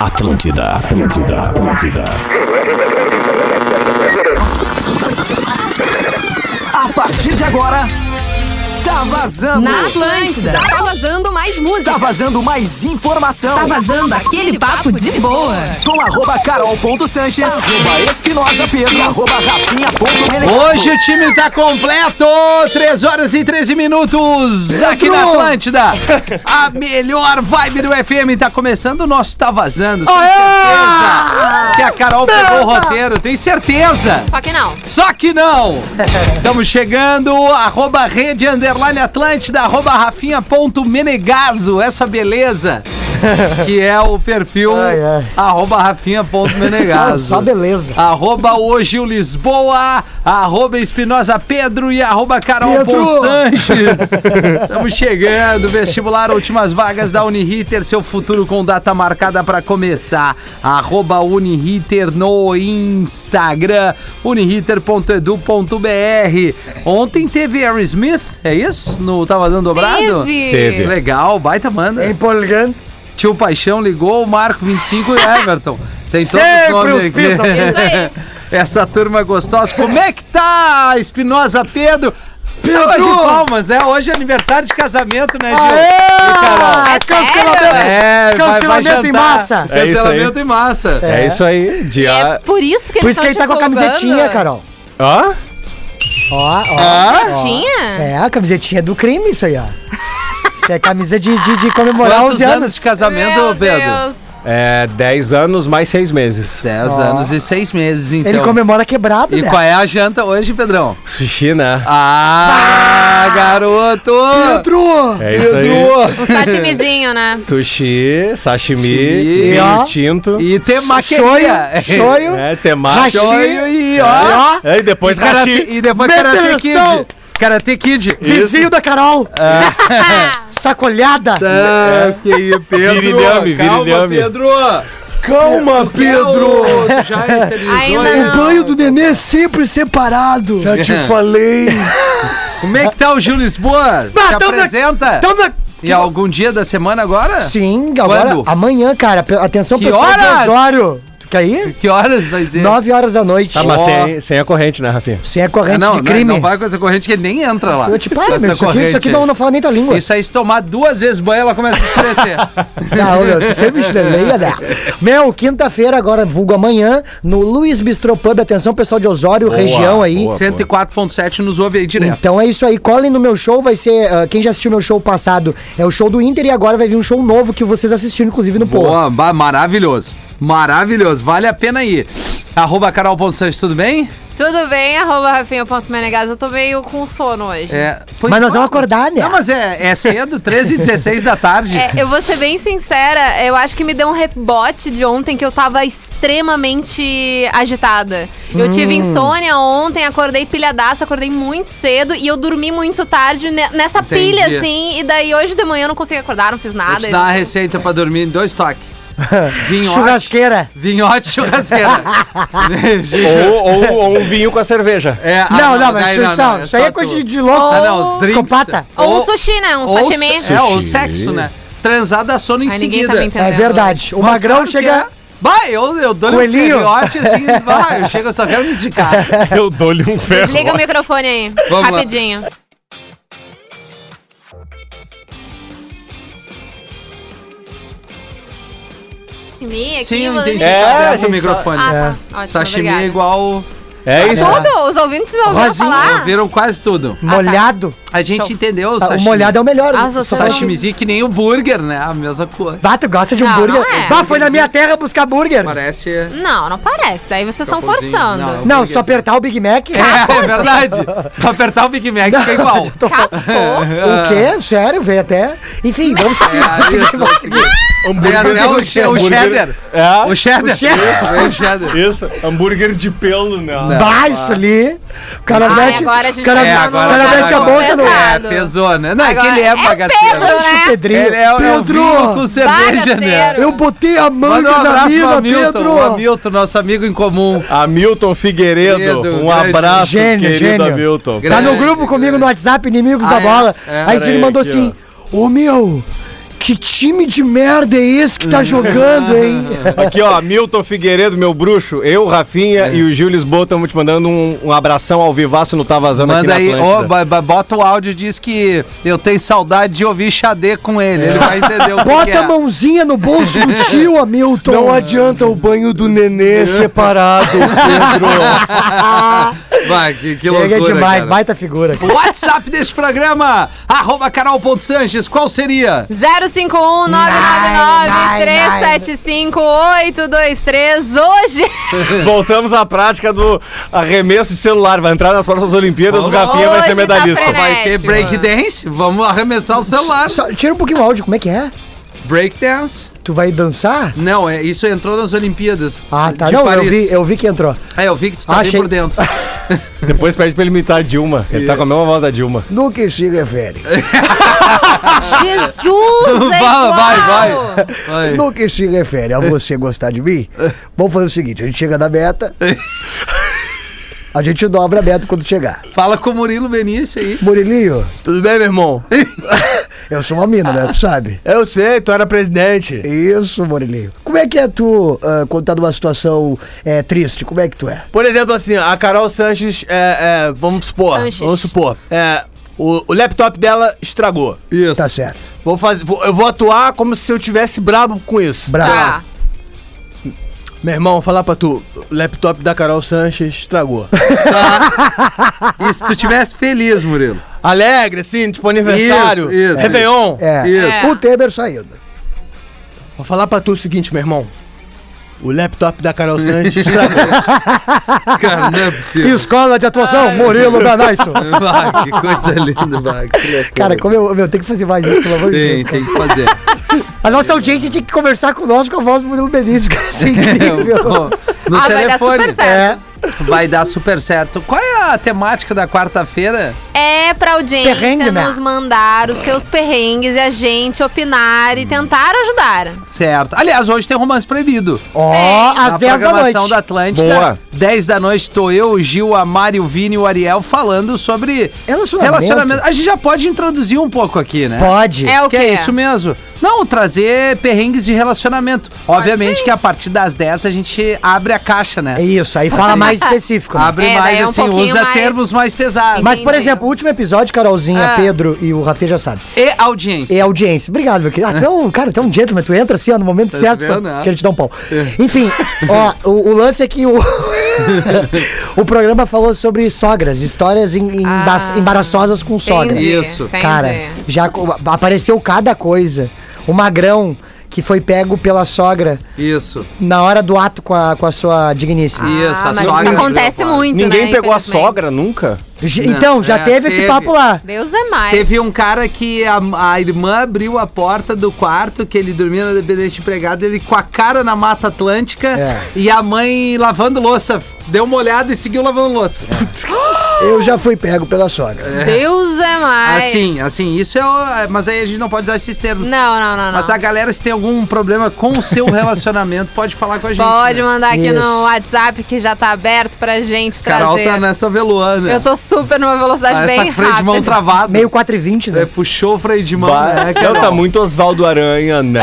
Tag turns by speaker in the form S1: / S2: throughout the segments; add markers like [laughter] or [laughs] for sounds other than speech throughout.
S1: Atlântida, Atlântida, Atlântida.
S2: A partir de agora, tá vazando.
S3: Na Atlântida, tá vazando mais música.
S2: Tá vazando mais informação.
S3: Tá vazando aquele papo de boa.
S2: Com arroba carol.sanches, arroba espinosa pedro, arroba rafinha.melegato.
S4: Hoje o time tá completo! 3 horas e 13 minutos aqui na Atlântida. A melhor vibe do FM tá começando, o nosso tá vazando. Tem certeza que a Carol pegou o roteiro, tem certeza.
S3: Só que não.
S4: Só que não! Estamos chegando, arroba rede underline Atlântida, arroba rafinha.menegaso, essa beleza [laughs] que é o perfil
S5: Ai, ai. Ah,
S4: arroba rafinha.menegaso.
S5: Só beleza.
S4: Arroba hoje o Lisboa, arroba Espinosa Pedro e arroba Carol
S5: Pedro!
S4: Bon
S5: [laughs]
S4: Sanches. Estamos chegando, vestibular, últimas vagas da Uniriter, seu futuro com data marcada para começar. Arroba Uniriter no Instagram, uniriter.edu.br. Ontem teve Aerosmith, é isso? No Tava Dando Dobrado?
S3: Teve.
S6: Teve.
S4: Legal, baita banda.
S5: É empolgante.
S4: Tio Paixão ligou, o Marco 25 e o Everton. Tem todos
S5: Sempre
S4: os nomes
S5: os
S4: aqui.
S5: pisam.
S3: Isso
S4: [laughs] Essa turma gostosa. Como é que tá, Espinosa Pedro? Salva de
S5: Pedro!
S4: palmas, né? Hoje é aniversário de casamento, né, Gil? E Carol?
S5: Aê! Cancelamento,
S4: É, vai- vai
S5: cancelamento em
S4: jantar.
S5: massa.
S6: É isso aí.
S4: Cancelamento em massa.
S6: É. isso aí.
S4: É.
S6: Dia.
S3: É Por isso que
S5: Por
S3: eles
S5: isso que ele tá
S3: tão
S5: com a
S3: divulgando.
S5: camisetinha, Carol.
S6: Ó?
S5: Ó, ó.
S4: Ah.
S3: Tinha?
S5: É, a camisetinha do crime, isso aí, ó. Isso é camisa de, de, de comemorar
S4: Quantos
S5: os
S4: anos,
S5: anos.
S4: de casamento,
S3: Meu
S4: Pedro?
S3: Deus.
S6: É 10 anos mais 6 meses.
S4: Dez
S5: Ó.
S4: anos e seis meses, então.
S5: Ele comemora quebrado,
S4: E
S5: né?
S4: qual é a janta hoje, Pedrão?
S6: Sushi, né?
S4: Ah, garoto!
S5: Pedro!
S6: É isso aí.
S4: Pedro!
S3: Um sashimizinho,
S4: [laughs]
S3: né?
S6: Sushi, sashimi,
S4: E,
S6: vinho
S5: ó.
S6: tinto.
S4: E
S5: Shoyu,
S4: temaqueria. [laughs]
S5: shoyu.
S6: É, temaki.
S5: Hashi.
S4: Shoyu e ó.
S6: É, e depois
S4: E karate-
S6: hashi.
S4: e depois
S5: Mete
S4: Karate
S5: versão.
S4: Kid. Karate Kid.
S5: Vizinho da Carol.
S4: É.
S5: [laughs] Sacolhada.
S4: Ah, que aí, Pedro.
S6: Virilhame,
S4: Calma,
S6: virilhame.
S4: Pedro.
S5: Calma,
S4: Tu
S5: [laughs]
S4: já esterilizou
S3: Ainda
S4: aí?
S3: não.
S5: do nenê é sempre separado. Já te falei.
S4: Como é que tá o Gil Lisboa?
S5: Ah,
S4: Te
S5: tamo na-
S4: apresenta?
S5: Então, na-
S4: E algum dia da semana agora?
S5: Sim, agora,
S4: Quando?
S5: amanhã, cara. pe- Atenção,
S4: Que
S5: pessoal
S4: horas?
S5: do Osório. Tu quer ir?
S4: Que horas vai ser?
S5: 9 horas da noite.
S6: Tá, mas sem, sem a corrente, né, Rafinha?
S5: Sem a
S4: Ah,
S5: corrente
S4: não,
S5: de
S4: não,
S5: crime.
S4: não vai com essa corrente que ele nem entra lá.
S5: Eu te paro,
S4: Essa
S5: meu. Isso aqui, isso aqui
S4: corrente.
S5: um não, não fala nem tua língua.
S4: Isso aí, se tomar duas vezes banho, ela começa a escurecer.
S5: [laughs] Não, meu, tu sempre estreleia,
S4: [laughs]
S5: né? Meu, quinta-feira, agora, vulgo amanhã, no Luiz Bistro Pub. Atenção, pessoal de Osório, região aí.
S6: boa.
S4: 104.7 nos ouve aí direto.
S5: Então é isso aí, colhem no meu show, vai ser. ah, quem já assistiu meu show passado é o show do Inter e agora vai vir um show novo que vocês assistiram, inclusive, no Pô.
S4: Boa, ba- maravilhoso. Maravilhoso, vale a pena ir. Arroba Carol Ponto Sanches, tudo bem?
S3: Tudo bem, arroba rafinha.menegas. Eu tô meio com sono hoje.
S4: É, pois
S5: Mas nós
S4: não.
S5: vamos acordar, né?
S4: Não, mas é, é cedo, 13 e 16 da tarde.
S3: É, eu vou ser bem sincera, eu acho que me deu um rebote de ontem que eu tava extremamente agitada. Eu
S4: Hum.
S3: tive insônia ontem, acordei pilhadaça, acordei muito cedo e eu dormi muito tarde ne- nessa
S4: Entendi.
S3: pilha, assim. E daí hoje de manhã eu não consegui acordar, não fiz
S4: Vou
S3: nada.
S4: te dar uma receita pra dormir em dois
S5: [laughs]
S4: toques. Vinhote,
S5: Churrasqueira.
S4: vinhote e
S5: [laughs]
S4: churrasqueira.
S6: Ou, ou, ou um vinho com a cerveja.
S4: É, ah,
S5: não, não, mas
S4: daí
S5: isso, não, isso aí é
S4: só
S5: coisa
S4: tu.
S5: de, de louco.
S4: Ah, não,
S3: Ou-
S4: drinks.
S5: Psicopata.
S3: Ou um sushi, né? Um
S4: ou
S3: sashimi.
S4: se- É, ou
S6: Sushi.
S4: sexo, né? Transar dá sono em
S3: Ai, ninguém
S4: seguida.
S3: tá me entendendo.
S5: É verdade. O
S4: Mas
S5: Magrão
S4: claro que
S5: chega.
S4: é. Vai, eu, eu dou um
S5: Coelhinho.
S4: filhote
S5: [laughs]
S4: assim, vai, eu chego, eu só quero me esticar.
S6: Eu dou-lhe um ferro.
S3: Desliga o microfone aí,
S4: Vamos lá.
S3: rapidinho. Sashimi, aqui,
S4: Sim, eu
S3: vou-
S4: entendi.
S6: É,
S4: Tá aberto
S6: gente,
S4: o microfone.
S3: Ah, tá.
S5: É.
S3: Ótimo,
S4: Sashimi é
S3: obrigada.
S4: igual. Tá
S6: É isso.
S3: Tudo, os ouvintes me ouviram
S5: Rosinha,
S3: falar.
S4: Viram quase tudo.
S5: Molhado.
S4: A gente entendeu o
S5: Tá, O
S4: sashimi.
S5: molhado é o melhor.
S3: Ah, você
S4: o
S5: Só-
S3: não-
S4: sashimizinho que nem o burger, né? A mesma cor.
S5: Bah, tu gosta de
S3: Não,
S5: hambúrguer?
S3: não é.
S5: Bah, foi na minha terra buscar burger.
S4: Parece.
S3: [laughs] Não, não parece. Daí vocês estão
S4: Cocôzinho,
S3: forçando.
S4: não.
S5: Não, se tu apertar o Big Mac.
S4: É, é verdade. Só apertar o Big Mac fica igual.
S5: [laughs] Tô fal-
S3: Capô.
S5: O quê? Sério, veio até. Enfim, vamos
S4: É, isso, vamos seguir. É, até o, che- o
S6: hambúrguer-
S4: cheddar.
S6: É.
S4: O cheddar. Isso,
S5: cheddar.
S4: é o cheddar.
S6: Isso, hambúrguer de pelo, né?
S5: baixo ali. O cara
S3: Ai,
S5: mete,
S3: agora a gente
S5: o cara,
S3: vai
S5: o
S3: entrar
S5: cara
S3: num lugar
S5: mete a boca
S3: complicado.
S5: no.
S4: É, pesou, né? Não, é que ele é
S3: Agora- é
S4: bagaceiro.
S3: Pedro,
S5: Puxa o
S3: né?
S5: Pedrinho.
S4: Ele é, é o
S5: Pedro,
S4: vinho com cerveja, né?
S3: Bagaceiro.
S5: eu botei a
S4: Manda um
S5: manga na
S4: abraço pro
S5: mina,
S4: Hamilton, o
S5: Pedro.
S4: Hamilton, nosso amigo em comum.
S6: Hamilton Figueiredo,
S4: Querido,
S6: um
S4: grande.
S6: abraço,
S5: Gênio,
S6: querido
S5: gênio. Tá no
S6: Hamilton.
S4: Grande,
S5: grupo comigo
S4: grande.
S5: no WhatsApp, inimigos
S4: Ah,
S5: da
S4: é?
S5: bola.
S4: É.
S5: Aí
S6: Pera
S5: ele
S6: aí,
S5: mandou
S6: aqui,
S5: assim: Ô meu, Que time de merda é esse que tá
S4: [laughs]
S5: jogando, hein?
S6: Aqui, ó, Milton Figueiredo, meu bruxo, eu, Rafinha
S7: É.
S6: e o Gil Lisboa estamos te mandando um, um abração ao vivaço no Tá Vazando
S4: Manda
S6: aqui
S4: aí,
S6: na
S4: ó,
S6: Atlântida.
S4: ba- ba- bota o áudio e diz que eu tenho saudade de ouvir xadê com ele. Ele vai entender o que que
S5: Bota
S4: é.
S5: a mãozinha no bolso do
S4: [laughs]
S5: tio, Hamilton.
S6: adianta o banho do nenê separado, Pedro.
S4: Vai, que, que loucura,
S5: Pega demais,
S4: cara.
S5: baita figura.
S4: O WhatsApp desse programa, arroba carol.sanches, qual seria?
S3: 051 999 375 823.
S4: [laughs]
S3: Hoje.
S6: [laughs] Voltamos à prática do arremesso de celular. Vai entrar nas próximas Olimpíadas, o
S4: Hoje
S6: Rafinha vai ser
S3: tá
S6: medalhista.
S3: frenético.
S4: Vai ter breakdance, vamos arremessar o celular.
S5: Só- tira um pouquinho o áudio, como é que é?
S4: Breakdance?
S5: Tu vai dançar?
S4: Não, é, isso entrou nas Olimpíadas.
S5: Ah, tá.
S4: de
S5: Não, eu
S4: Paris.
S5: vi, eu vi que entrou.
S4: É, eu vi que tu tá bem
S5: Achei.
S4: por
S5: [laughs]
S4: dentro.
S6: Depois pede pra ele imitar a Dilma. Ele tá com a mesma voz da Dilma.
S5: No que se refere.
S3: Jesus! é
S4: Fala, vai,
S3: igual.
S4: vai. Vai.
S5: No que se refere a você gostar de mim, vamos fazer o seguinte: a gente chega na meta. A gente dobra a meta quando chegar.
S4: Fala com o Murilo Benício aí.
S5: Murilinho,
S6: Tudo bem, meu [laughs] irmão?
S5: eu sou uma mina, né? Tu sabe?
S6: Eu sei, tu era presidente.
S5: Isso, Murilinho. Como é que é tu ah, quando tá numa situação eh, triste? Como é que tu é?
S7: Por exemplo, assim, a Carol Sanches, é, é, vamos supor,
S3: Sanches.
S7: vamos supor, é, o, o laptop dela estragou.
S4: Isso.
S5: Tá certo.
S7: Vou fazer, vou- eu vou atuar como se eu tivesse brabo com isso.
S5: Bravo.
S3: Tá.
S7: Meu irmão, falar pra tu, o laptop da Carol Sanches estragou.
S4: E se tu tivesse feliz, Murilo?
S7: Alegre, assim, tipo aniversário,
S4: Isso, isso,
S7: Réveillon.
S5: É.
S4: Isso.
S5: O Temer saindo.
S7: Vou falar pra tu o seguinte, meu irmão. O laptop da Carol Sanches estragou.
S4: Cara, não é possível.
S5: Escola de atuação, Murilo Danaiso.
S4: [laughs] Vai, que coisa linda, vai. Que loucura.
S5: Cara, como eu, meu, tem que fazer mais isso, pelo amor de Deus.
S4: tem, tem
S5: cara.
S4: que fazer.
S5: A nossa audiência tinha que conversar conosco com a voz do Murilo Benício, cara.
S4: [laughs]
S5: Isso é [laughs] incrível.
S4: um
S5: É.
S4: Bom, no
S3: Ah, vai dar
S4: telefone.
S3: super certo.
S4: Vai dar super certo. Qual é a temática da quarta-feira?
S3: É pra audiência
S5: Perrengue, né?
S3: nos mandar os seus perrengues e a gente opinar e tentar ajudar.
S4: Certo. Aliás, hoje tem romance proibido.
S5: Ó, às
S3: É.
S4: na
S5: 10 da
S4: programação
S5: noite.
S4: da Atlântida.
S6: Boa.
S4: 10 da noite tô eu, o Gil, a Mari, o Vini e o Ariel falando sobre
S5: Relacionamento.
S4: A gente já pode introduzir um pouco aqui, né?
S5: Pode.
S3: É o
S4: Que
S3: que?
S4: é isso mesmo. Não, trazer perrengues de relacionamento. Obviamente que a partir das 10 a gente abre a caixa,
S5: É
S4: né?
S5: isso, aí fala mais específico. né?
S4: Abre
S3: É,
S4: mais
S3: daí é um
S4: assim,
S3: pouquinho
S4: usa
S3: mais-
S4: termos mais pesados.
S5: Mas, por
S3: Entendi.
S5: exemplo, o último episódio, Carolzinha,
S3: Ah.
S5: Pedro e o Rafinha já sabe.
S4: E audiência.
S5: É audiência. Obrigado, meu querido.
S4: [laughs]
S5: Até um, cara, até um gentleman, tu entra assim, ó, no momento certo,
S4: vendo,
S5: pra-
S4: né?
S5: que ele te dá um pau.
S4: [laughs]
S5: Enfim, ó, o, o lance é que o, [laughs] o programa falou sobre sogras, histórias em- em-
S3: Ah.
S5: das- embaraçosas com sogras.
S3: Entendi,
S4: Isso.
S3: entendi.
S5: Cara, já co- apareceu cada coisa. O magrão que foi pego pela sogra
S4: Isso.
S5: na hora do ato com a, com a sua digníssima.
S4: Isso,
S3: ah,
S4: a
S3: mas
S4: sogra
S3: isso acontece
S4: brigou,
S3: muito,
S6: Ninguém
S3: né,
S6: pegou a
S3: infelizmente.
S6: sogra nunca?
S5: J-
S4: Não,
S5: então, já
S4: é,
S5: teve esse
S4: teve.
S5: papo lá.
S3: Deus é mais.
S4: Teve um cara que a, a irmã abriu a porta do quarto, que ele dormia na dependente de empregado, ele com a cara na Mata Atlântica
S5: É.
S4: e a mãe lavando louça. Deu uma olhada e seguiu lavando louça.
S5: É. Eu já fui pego pela sogra.
S3: Deus é mais.
S4: Assim, assim, isso é. o- Mas aí a gente não pode usar esses termos.
S3: Não, não, não, não.
S4: Mas a galera, se tem algum problema com o seu relacionamento, pode falar com a gente.
S3: Pode
S4: né?
S3: mandar aqui
S5: Isso.
S3: no WhatsApp que já tá aberto pra gente
S4: Carol
S3: trazer.
S4: tá nessa veluana.
S3: Eu tô super numa velocidade
S4: Parece
S3: bem
S4: tá com o freio de mão
S3: rápida.
S4: travado.
S5: Meio 4 e 20, né?
S4: É, puxou o freio de mão.
S6: Bah,
S4: né,
S6: não,
S4: Carol?
S6: tá muito Oswaldo Aranha, né?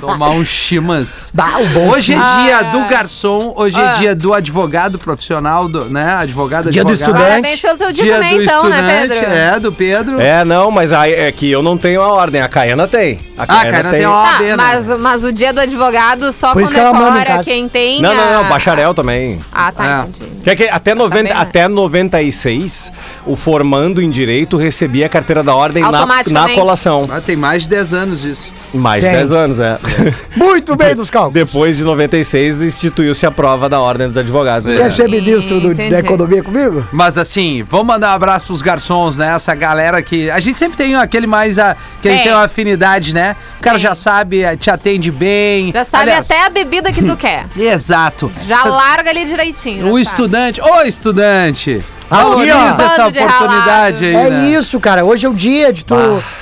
S4: Tomar um chimas.
S5: Bah, o bom
S4: Hoje é
S5: filme.
S4: dia do garçom, hoje é
S3: Ah.
S4: dia do advogado profissional, do, né? Advogado,
S5: Dia do
S4: advogado.
S5: estudante.
S3: Parabéns pelo teu dia,
S4: Dia
S3: também,
S4: do
S3: então, né,
S4: estudante,
S3: Pedro?
S4: É, do Pedro.
S6: É, não, mas aí é que eu não tenho a ordem, a Caiana tem. A
S4: Ah, cara, tem
S3: Tá,
S4: OAB, né?
S3: mas, mas o dia do advogado só
S5: Por isso que ela manda em
S3: comemora
S5: casa.
S3: quem tem.
S6: Não, não,
S3: a-
S6: não, bacharel também.
S3: Ah, tá,
S4: É.
S3: entendi.
S6: Quer que até, 90,
S3: saber, né?
S6: até 96, o formando em direito recebia a carteira da ordem na, na
S3: Automaticamente.
S6: colação.
S4: Ah, tem mais de 10 anos isso.
S6: Mais de
S5: Tem.
S6: 10 anos, é.
S5: Muito bem dos cálculos.
S6: Depois de 96, instituiu-se a prova da ordem dos advogados.
S4: É.
S5: Quer ser ministro do-
S3: Entendi.
S5: da economia comigo?
S4: Mas assim, vamos mandar um abraço pros garçons, né? Essa galera que. A gente sempre tem aquele mais. A, que a gente
S3: Tem.
S4: tem uma afinidade, né? O cara
S3: Tem.
S4: já sabe, eh, te atende bem.
S3: Já sabe
S4: Aliás,
S3: até a bebida que tu quer.
S4: Exato.
S3: Já
S4: [laughs]
S3: larga ali direitinho.
S4: O
S3: já sabe.
S4: estudante. Ô, estudante!
S5: ó.
S4: Valoriza essa
S3: Bando de
S4: oportunidade aí.
S5: É
S4: né?
S5: isso, cara. Hoje é o dia de tu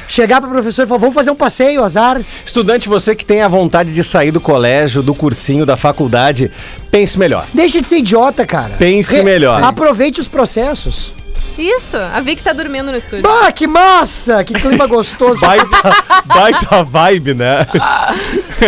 S5: chegar pro professor e falar, vamos fazer um passeio, azar.
S6: Estudante, você que tem a vontade de sair do colégio, do cursinho, da faculdade, pense melhor.
S5: Deixa de ser idiota, cara.
S6: Pense melhor.
S5: Aproveite os processos.
S3: Isso, a Vicky tá dormindo no estúdio.
S5: Bah, que massa! Que clima gostoso.
S6: Baita, baita vibe, né?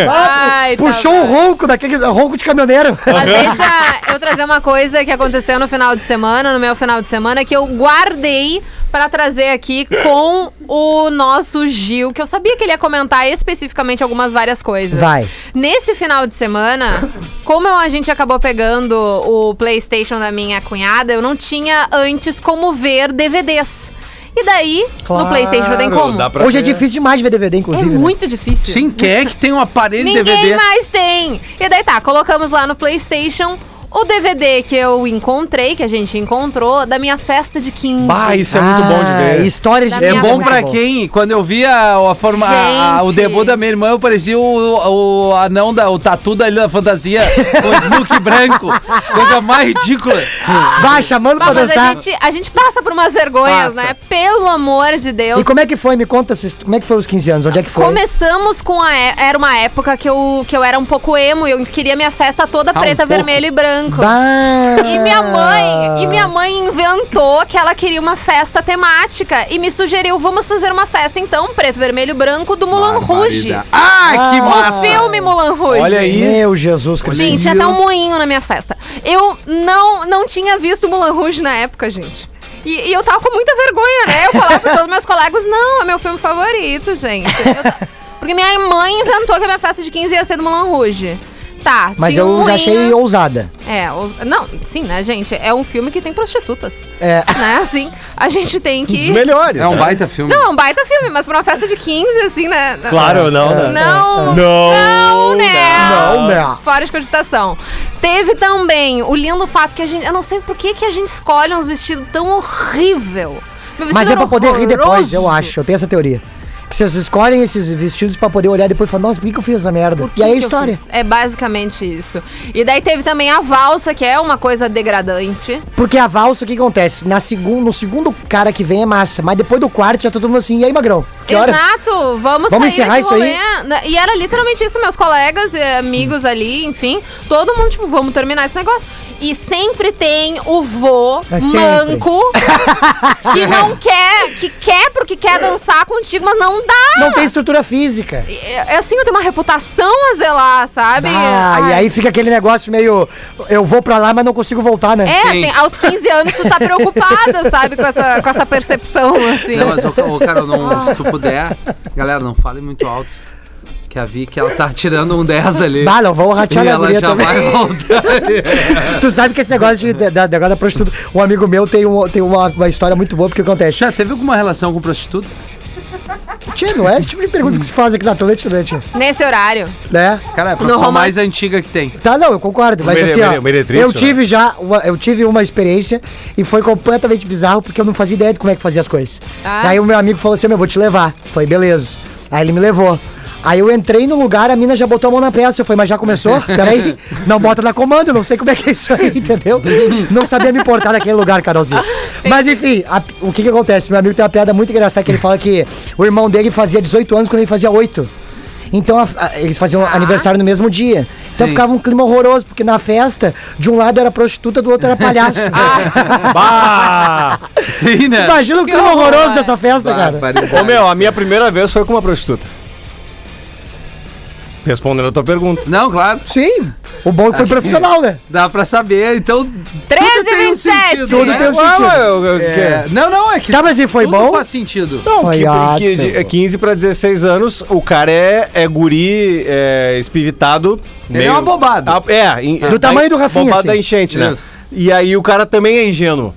S3: Ai, tá
S5: Puxou um
S3: bom.
S5: ronco daqueles ronco de caminhoneiro.
S3: Mas deixa eu trazer uma coisa que aconteceu no final de semana, no meu final de semana, que eu guardei pra trazer aqui com o nosso Gil, que eu sabia que ele ia comentar especificamente algumas várias coisas.
S5: Vai.
S3: Nesse final de semana, como a gente acabou pegando o PlayStation da minha cunhada, eu não tinha antes como ver DVDs. E daí, no PlayStation tem como.
S6: Dá pra
S5: Hoje é
S6: ver.
S5: difícil demais ver DVD,
S3: É
S5: inclusive. né?
S3: muito difícil.
S4: Sim, quem é que tem um aparelho
S3: Ninguém
S4: DVD?
S3: mais tem. E daí tá, colocamos lá no PlayStation o DVD que eu encontrei, que a gente encontrou, da minha festa de 15.
S6: Bah, isso é muito
S5: Ah,
S6: bom de ver.
S5: Histórias
S3: Da
S5: de
S4: É
S3: minha
S4: bom
S3: mãe.
S4: pra quem? Quando eu vi a, a forma, a- a- o
S3: Gente.
S4: debut da minha irmã, eu parecia o, o anão, da, o tatu da Ilha da Fantasia, com o smoke branco. Coisa mais ridícula.
S5: Vai chamando
S3: Bah,
S5: pra
S3: mas a
S5: dançar.
S3: gente, a gente passa por umas vergonhas,
S4: Passa.
S3: né? Pelo amor de
S5: E
S3: Deus.
S5: como é que foi? Me conta essa histó- como é que foi os 15 anos? Onde é que foi?
S3: Começamos com a. é- Era uma época que eu, que eu era um pouco emo, eu queria minha festa toda
S4: um
S3: preta,
S4: pouco.
S3: vermelho e branco.
S5: Bah.
S3: E minha mãe, e minha mãe inventou que ela queria uma festa temática e me sugeriu, vamos fazer uma festa então, preto, vermelho, branco do Mulan Rouge.
S4: Barbaridade. Ah, que
S5: Ah.
S3: O
S4: massa!
S3: filme Mulan Rouge.
S6: Olha aí.
S5: Meu Jesus Cristo.
S3: Sim, tinha até um moinho na minha festa. Eu não, não tinha visto Mulan Rouge na época, gente. E, e eu tava com muita vergonha, né? Eu falava pra todos meus colegas, não, é meu filme favorito, gente. Eu ta- Porque minha mãe inventou que a minha festa de 15 ia ser do Mulan Rouge. Tá,
S5: Mas
S3: tinha um
S5: eu
S3: moinho.
S5: achei ousada.
S3: É, os- não, sim, né, gente? É um filme que tem prostitutas.
S5: É.
S3: Né, assim, a gente tem
S6: [laughs] Os
S3: que...
S6: melhores.
S4: É um
S6: né?
S4: baita filme.
S3: Não, é um baita filme, mas pra uma festa de 15, assim, né?
S5: É,
S6: Claro, não, né?
S3: Não,
S6: Não,
S3: não, né?
S5: Não, né?
S3: Fora de cogitação. Teve também o lindo fato que a gente. Eu não sei por que, que a gente escolhe uns vestidos tão horrível. Meu vestido
S5: Mas é
S3: era
S5: pra poder rir depois,
S3: horroroso.
S5: eu acho. Eu tenho essa teoria. Que vocês escolhem esses vestidos pra poder olhar depois e falar, nossa, por que, que eu fiz essa merda?
S3: Por que
S5: E aí a
S3: que eu
S5: história.
S3: fiz? É basicamente isso. E daí teve também a valsa, que é uma coisa degradante.
S5: Porque a valsa, o que acontece? Na segun, no segundo cara que vem é massa, mas depois do quarto já tá todo mundo assim, e aí, magrão? Que horas?
S3: Exato, vamos,
S5: Vamos
S3: sair
S5: encerrar
S3: daqui,
S5: isso aí?
S3: rolê. né? E era literalmente isso, meus colegas, eh, amigos ali, enfim, todo mundo, tipo, vamos terminar esse negócio. E sempre tem o vô
S5: É sempre. [laughs]
S3: manco que não quer, que quer porque quer dançar contigo, mas não dá.
S5: Não tem estrutura física.
S3: É é assim, eu tenho uma reputação a zelar, sabe?
S5: Ah, e
S3: Ai.
S5: aí fica aquele negócio meio, eu vou pra lá, mas não consigo voltar, né?
S3: É,
S4: Sim.
S3: assim, aos 15 anos tu tá preocupada, sabe, com essa, com essa percepção, assim.
S4: Não, mas, ô, ô, Carol, não, se tu puder, galera, não fale muito alto. Que a Vicky, ela tá tirando um 10
S3: É.
S4: ali.
S5: Bah, não, vamos
S4: e
S5: ratear na
S4: ela
S5: guria
S4: já
S5: também.
S4: vai voltar.
S5: [laughs] Tu sabe que esse negócio de, da, da- negócio da prostituta. Um amigo meu tem, um, tem uma, uma história muito boa, porque acontece.
S4: já teve alguma relação com prostituta?
S5: Tia, não é esse tipo de pergunta que se faz aqui na Atlântida, né, tia?
S3: Nesse horário.
S5: Né?
S4: Cara, é a
S3: Não, mas-
S4: profissão mais antiga que tem.
S5: Tá, não, eu concordo. Mas
S6: Mere-
S5: assim, ó,
S6: mere- meretriz,
S5: eu
S6: né?
S5: tive já, uma, eu tive uma experiência e foi completamente bizarro porque eu não fazia ideia de como é que fazia as coisas.
S3: Ah.
S5: Daí o meu amigo falou assim: meu, eu vou te levar. Falei, beleza. Aí ele me levou. Aí eu entrei no lugar, a mina já botou a mão na pressa. Eu falei, mas já
S6: [laughs]
S5: começou? Peraí, não bota na comando, eu não sei como é que é isso aí, entendeu? Não sabia me portar naquele lugar, Carolzinho. Mas enfim, a- o que que acontece? Meu amigo tem uma piada muito engraçada que ele fala que o irmão dele fazia 18 anos quando ele fazia 8. Então a- a- eles faziam aniversário no mesmo dia. Então
S4: Sim.
S5: ficava um clima horroroso, porque na festa, de um lado era prostituta, do outro
S4: [laughs]
S5: era palhaço.
S4: Ah,
S6: Bah!
S4: Sim, né?
S5: [laughs] Imagina o
S3: Que
S5: clima
S3: horror,
S5: horroroso
S3: é.
S5: dessa festa, cara.
S4: Barbaridade.
S6: Ô meu, a minha primeira vez foi com uma prostituta. Respondendo a tua pergunta.
S4: Não, claro.
S5: Sim. O bom é que foi profissional, né?
S4: Dá pra saber, então.
S3: 13
S4: tudo tem um
S3: 27.
S4: sentido,
S5: Tudo
S4: né?
S5: tem um
S6: Ah,
S5: sentido.
S6: mas eu- eu-
S4: É, Não, não, é que.
S5: Tá, mas e foi
S4: tudo
S5: bom?
S4: faz sentido.
S6: Não,
S5: Foi
S6: que, que
S5: ótimo.
S6: de 15 pra 16 anos, o cara é, é guri, é espivitado.
S4: Ele é um abobado.
S6: Ah, É, em-
S5: Do tamanho do Rafinha,
S6: Abobado
S5: assim.
S6: da enchente, né?
S4: Isso.
S6: E aí o cara também é ingênuo.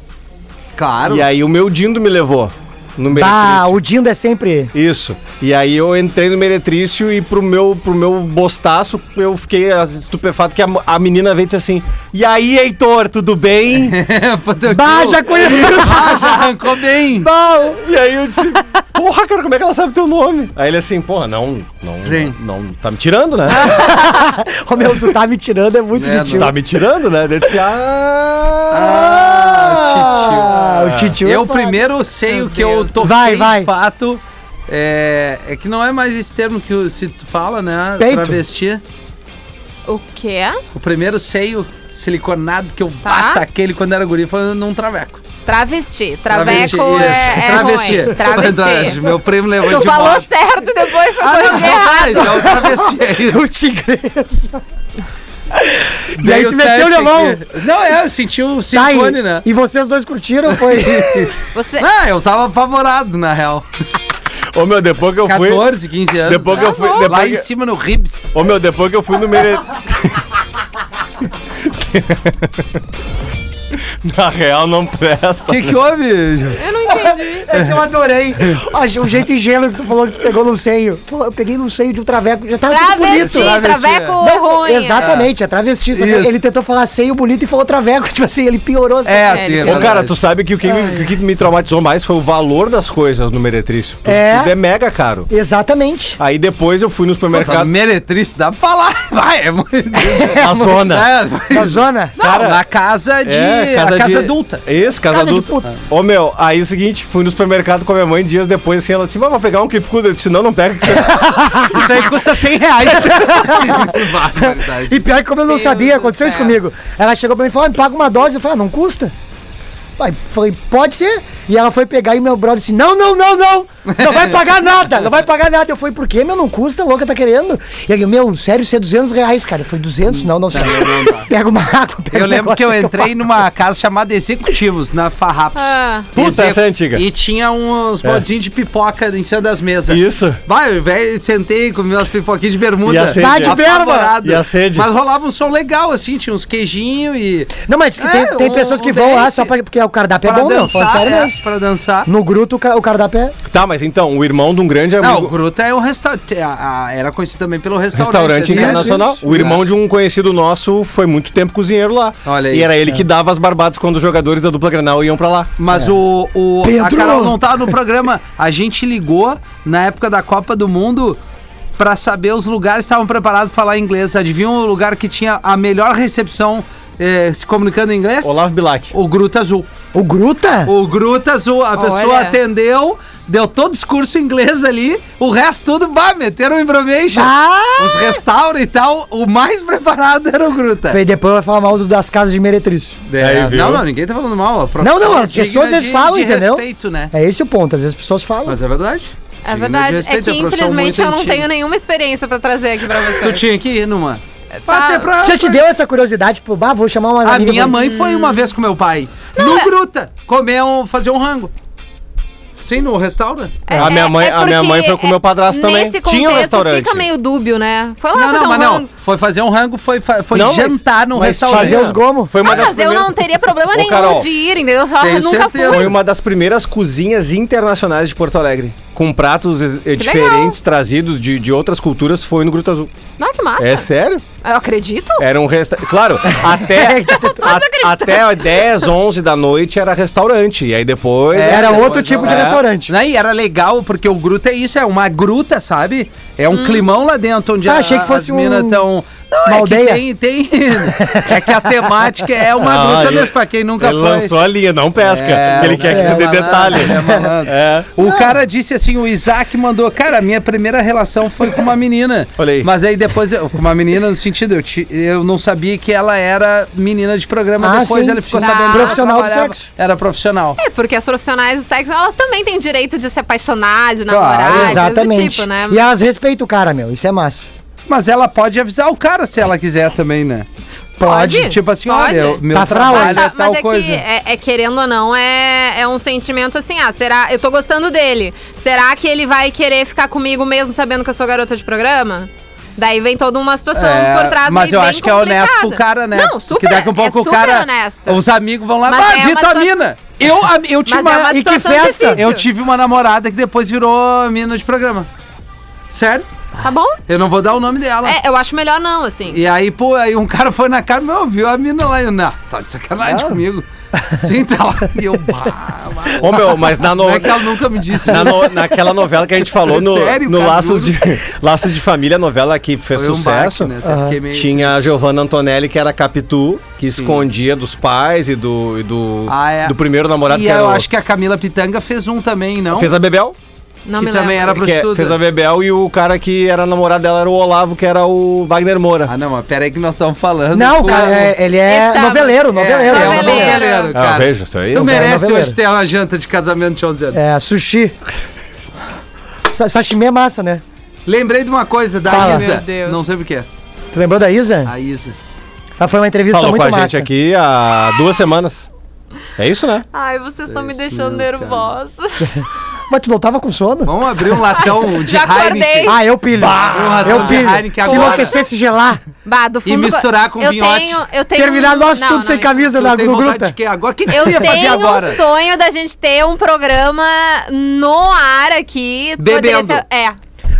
S4: Claro. [laughs]
S6: E aí o meu Dindo me levou no
S5: Ah,
S6: meretrício.
S5: o Dindo é sempre. [laughs]
S6: Isso. E aí eu entrei no meretrício e pro meu, pro meu bostaço eu fiquei as- estupefato que a, mo- a menina veio e disse assim, e aí, Heitor, tudo
S4: [laughs]
S6: bem?
S5: Bah, já conheço.
S4: Ah, já arrancou bem.
S6: E aí eu disse, porra, cara, como é que ela sabe teu nome? Aí ele assim, porra, não, não,
S4: Sim. Ah.
S6: não, tá me tirando, né?
S5: Ô meu, tu tá me tirando, é muito
S4: É,
S5: de tio.
S6: [laughs] tá me tirando, né? Ele disse, ah...
S5: Ah, o titio.
S4: Eu primeiro sei o que eu tô
S5: Vai, vai.
S4: de fato. É, é que não é mais esse termo que o- se tu fala, né?
S5: Peito.
S4: Travesti.
S3: O quê?
S4: O primeiro seio siliconado que eu
S3: Tá.
S4: bata aquele quando era guri foi num traveco.
S3: Travesti. Traveco
S4: isso.
S3: é, é
S4: [laughs] travesti.
S3: ruim. Travesti.
S4: Verdade, meu primo levou
S3: Tu
S4: de
S3: falou
S4: moto.
S3: certo, depois foi
S4: Ah, não,
S3: corrigir errado.
S4: então travesti, é isso.
S5: O tigresa.
S4: E
S5: aí tu meteu o Leblon.
S4: Não, é, eu senti o
S5: Tá aí.
S4: silicone, né?
S5: E vocês dois curtiram?
S4: [laughs]
S5: Foi.
S3: Você...
S4: Não, eu tava apavorado, na real.
S6: Ô meu, depois que eu fui.
S4: 14, 15 anos.
S6: Depois que eu fui.
S4: Lá em
S6: Depois que,
S4: cima no Ribs.
S6: ô meu, depois que eu fui
S4: [laughs]
S6: no Mere. [laughs] Na real não
S4: O
S6: presta.
S4: que que houve? Ju?
S3: Eu não entendi.
S5: É que eu adorei. Ó, o jeito ingênuo que tu falou que tu pegou no seio. Pô, eu peguei no seio de um traveco. Já tava tudo
S3: Travesti,
S5: bonito.
S4: travesti.
S3: traveco é ruim.
S5: Exatamente, é travesti. só que
S4: Isso.
S5: Ele tentou falar seio bonito e falou traveco. [laughs] Tipo assim, ele piorou.
S4: É,
S5: sabe?
S4: assim, é
S6: Ô, cara,
S4: verdade.
S6: tu sabe que o que, me, o que me traumatizou mais foi o valor das coisas no Meretrício. Tudo-
S5: É?
S6: Tudo é mega caro.
S5: Exatamente.
S6: Aí depois eu fui no
S4: Tá
S6: supermercado.
S4: meretriz, dá pra falar. [laughs] Vai, é muito...
S6: A zona.
S4: É,
S5: Na zona.
S4: não,
S6: Cara,
S4: na casa de...
S6: É,
S4: a casa
S6: de-
S4: adulta.
S6: Isso, casa,
S5: Casa de
S6: adulta.
S5: puta.
S6: Ô meu, aí é o seguinte, fui no supermercado com a minha mãe dias depois, assim, ela disse, mas vai pegar um clip cooler. Eu disse, não, não pega.
S4: [laughs]
S6: Que você...
S4: Isso aí custa 100 reais.
S6: [laughs]
S4: [laughs] Barbaridade.
S5: E pior que como eu não
S3: Deus
S5: sabia,
S3: do
S5: aconteceu isso
S3: céu.
S5: comigo. Ela chegou pra mim e falou, ah, me paga uma dose. Eu falei, ah, não custa. Aí falei, pode ser. E ela foi pegar e meu brother disse, não, não, não, não. Não vai pagar nada, não vai pagar nada. Eu falei, por quê, meu? Não custa, a louca tá querendo. E ele, meu, sério, isso é 200 reais, cara. Eu falei, 200? Não, não sei. [laughs] Pega uma água, pega
S4: Eu
S5: um
S4: lembro que eu
S5: negócio
S4: entrei numa casa chamada Executivos, na Farrapos.
S3: Ah.
S6: Puta,
S4: Execu-
S6: essa é antiga. É.
S4: E tinha uns bodinhos de pipoca em cima das mesas.
S6: Isso.
S4: Vai, velho, sentei, comi umas pipoquinhas de bermuda.
S6: E a sede. Tá de
S5: berba.
S4: Apavorado.
S6: E a sede.
S4: Mas rolava um som legal, assim, tinha uns queijinhos e...
S5: Não, mas diz que tem,
S4: É,
S5: tem
S4: um-
S5: pessoas que
S4: um
S5: vão lá
S4: desse.
S5: só pra, porque o cardápio é
S4: Pra
S5: bom,
S6: né?
S5: não. Fala
S4: dançar,
S5: sério
S6: um
S4: é,
S5: mesmo.
S4: pra dançar.
S5: No gruto, o, ca- o cardápio é...
S6: tá, mas então, o irmão de um grande
S4: Não, o
S6: amigo...
S4: Gruta é um restaurante. Era conhecido também pelo restaurante.
S6: Restaurante
S4: assim,
S6: internacional.
S4: isso, isso.
S6: O irmão de um conhecido nosso foi muito tempo cozinheiro lá.
S4: Olha aí. É.
S6: E era ele que dava as barbadas quando os jogadores da dupla Granal iam pra lá.
S4: Mas o, o a
S5: Pedro!
S4: Carol não tava no programa. A gente ligou na época da Copa do Mundo pra saber os lugares que estavam preparados pra falar inglês. Adivinha o lugar que tinha a melhor recepção eh, se comunicando em inglês?
S6: Olavo Bilac.
S4: O Gruta Azul.
S5: O gruta?
S4: O Gruta Azul. A pessoa
S3: Olha.
S4: atendeu, deu todo o discurso em inglês ali. O resto tudo, bah, meteram improvisation.
S5: Ah!
S4: Os restaura e tal. O mais preparado era o Gruta.
S5: E depois vai falar mal do- das casas de meretriz.
S4: É,
S6: Aí,
S4: não,
S6: viu?
S4: não, ninguém tá falando mal. a
S5: Não, não,
S4: profissão
S5: as
S4: é digna
S5: pessoas às vezes
S4: de-
S5: falam,
S4: de
S5: entendeu?
S4: respeito, né?
S5: É esse o ponto, às vezes as pessoas falam.
S4: Mas é verdade. Digna
S3: É
S4: de
S3: verdade. É
S4: respeito,
S3: que
S4: uma profissão
S3: infelizmente
S4: muito
S3: eu não
S4: antiga.
S3: tenho nenhuma experiência pra trazer aqui pra
S4: Tu
S3: você.
S4: tinha que ir numa.
S3: Tá.
S4: Até pra.
S5: Já te deu essa curiosidade, tipo, ah, vou chamar uma
S4: A minha mãe foi
S3: Hum.
S4: uma vez com meu pai.
S3: é-
S4: no Gruta. Comer um. fazer um rango. Sim, no restaurante.
S3: É-
S6: A minha
S3: é-
S6: mãe-
S3: é
S6: a minha
S3: porque
S6: mãe foi com meu padrasto também.
S3: Nesse contexto,
S6: Tinha um restaurante.
S3: Fica meio dúbio, né? Foi lá
S4: Não,
S3: fazer
S4: não,
S3: um
S4: mas não.
S3: rango.
S4: Foi fazer um rango, foi, fa- foi
S6: Não, mas-
S4: jantar no
S6: mas
S4: restaurante.
S5: Fazer os gomos.
S6: Foi uma
S3: Ah,
S6: das
S3: mas eu
S6: primeiras-
S3: não teria problema
S6: Ô,
S3: nenhum
S6: Carol,
S3: de ir, entendeu? Eu só
S4: tenho
S3: nunca
S4: certeza.
S3: fui.
S6: Foi uma das primeiras cozinhas internacionais de Porto Alegre. Com pratos eh, diferentes trazidos de, de outras culturas, foi no Gruta Azul.
S3: Não, que massa.
S6: É sério?
S3: Eu acredito.
S6: Era um restaurante. Claro, até, a, até 10, 11 da noite era restaurante. E aí depois.
S4: É,
S5: Era
S4: depois
S5: outro tipo
S4: não-
S5: de
S4: é.
S5: restaurante.
S4: Né, E era legal, porque o gruta é isso, é uma gruta, sabe? É um
S3: Hum.
S4: climão lá dentro, onde
S5: Ah,
S4: a-
S5: achei que fosse
S4: as minas
S5: um-
S4: tão... Não,
S5: uma
S4: é
S5: aldeia.
S4: que tem, tem... [laughs] É que a temática é uma
S6: Ah,
S4: gruta
S6: ele-
S4: mesmo, pra quem nunca
S6: Ele
S4: foi.
S6: lançou a linha, não pesca.
S4: É,
S6: Ele
S4: não,
S6: quer que
S4: é
S6: tu dê
S4: malandro,
S6: detalhe.
S4: é malandro.
S6: É.
S4: O cara disse assim, o Isaac mandou, cara, minha primeira relação foi com uma menina.
S6: Olha aí.
S4: Mas aí depois, eu- com uma menina no sentido, eu, ti- eu não sabia que ela era menina de programa,
S5: Ah,
S4: depois
S5: sim,
S4: ele ficou
S5: sim.
S4: sabendo. que ela
S5: Profissional do
S4: trabalhava-
S5: sexo.
S4: Era profissional.
S3: É, porque as profissionais do sexo, elas também têm direito de se apaixonar, de
S4: Claro,
S3: namorar, coisa
S5: Exatamente.
S3: do tipo, né?
S5: E elas respeitam o cara, meu. Isso é massa.
S4: Mas ela pode avisar o cara se ela quiser também, né?
S3: Pode.
S4: Tipo assim,
S3: Pode.
S4: olha, o meu
S5: Tá
S4: trabalho
S5: fraude.
S3: Mas,
S4: é
S3: tá- mas
S4: tal
S3: é
S4: coisa.
S3: que, é, é querendo ou não, é, é um sentimento assim, ah, será, eu tô gostando dele, será que ele vai querer ficar comigo mesmo sabendo que eu sou garota de programa? Daí vem toda uma situação
S4: É,
S3: por trás
S4: mas
S3: meio
S4: eu
S3: bem
S4: acho que é honesto pro
S3: complicada.
S4: cara, né?
S3: Não, super,
S4: Porque daqui a pouco
S3: é
S4: o
S3: super
S4: cara.
S3: honesto.
S4: Os amigos vão lá,
S3: Mas
S4: ah,
S3: é uma
S4: vitamina! Eu, a- eu tive
S3: Mas é uma
S4: uma. e que
S3: situação
S4: festa!
S3: difícil.
S4: Eu tive uma namorada que depois virou menina de programa. Sério?
S3: Tá bom?
S4: Eu não vou dar o nome dela.
S3: É, eu acho melhor não, assim.
S4: E aí, pô, aí um cara foi na cara, meu, viu a mina lá. e Eu, não, tá de sacanagem comigo. Sim, tá lá. E eu, bah, bah.
S6: Ô meu, mas na, no...
S4: Como é que ela nunca me disse? né?"
S6: na no- naquela novela que a gente falou no,
S4: É Sério,
S6: no
S4: cara,
S6: Laços, de... [laughs] Laços de Família, a novela que fez
S4: Foi um
S6: sucesso.
S4: baque, né? Até fiquei meio...
S6: Tinha a Giovanna Antonelli, que era a Capitu, que escondia dos pais e do, e do,
S4: Ah, é.
S6: do primeiro namorado
S4: E é,
S6: que era
S4: eu
S6: o-
S4: acho que a Camila Pitanga fez um também, não?
S6: Fez a Bebel?
S3: Não
S4: que
S3: me
S4: também
S3: lembro.
S4: era
S6: Que é-
S4: prostituta.
S6: fez a Bebel e o cara que era namorado dela era o Olavo, que era o Wagner Moura.
S4: Ah, não, mas pera aí que nós estamos falando.
S5: Não,
S4: com-
S5: cara, é- ele é
S3: Estamos.
S5: noveleiro, noveleiro.
S4: É, é um
S3: tá-
S5: É,
S3: Noveleiro.
S5: noveleiro.
S4: noveleiro, cara.
S6: Ah,
S4: então,
S6: isso aí.
S4: Tu merece
S5: noveleiro.
S4: hoje ter uma janta de casamento de 11 anos.
S5: É, sushi. Sa- Sashimi é massa, né?
S4: Lembrei de uma coisa da
S5: Fala.
S4: Isa.
S3: Meu Deus.
S4: Não sei porquê.
S5: Tu lembrou da Isa?
S4: A Isa.
S5: Ela foi uma
S4: tá
S5: entrevista
S6: Falou com
S5: muito
S6: a
S5: massa.
S6: gente aqui há duas semanas. É isso, né?
S3: Ai, vocês estão me
S4: Isso
S3: deixando
S4: mesmo, cara.
S3: nervosa.
S5: Mas tu não tava com sono?
S4: Vamos abrir
S3: [laughs]
S4: um latão de
S3: Já acordei.
S4: Heineken.
S5: Ah, eu pilho.
S4: Um latão
S5: eu
S4: de
S5: pilho.
S4: Heineken
S5: Se
S4: agora.
S5: enlouquecer, se gelar.
S3: Bah, do fundo do co-
S4: misturar com
S3: eu
S4: vinhote.
S3: Tenho, eu tenho
S5: Terminar
S3: um-
S5: nós
S3: não,
S5: tudo
S3: não,
S5: sem
S3: então.
S5: camisa
S4: Tu
S5: na
S4: tem tá vontade
S5: gruta.
S4: de quê agora? O que, que
S3: Eu
S4: tu ia fazer
S3: tenho
S4: agora?
S3: um sonho da gente ter um programa no ar aqui. Poderia
S4: Bebendo.
S3: ser- é.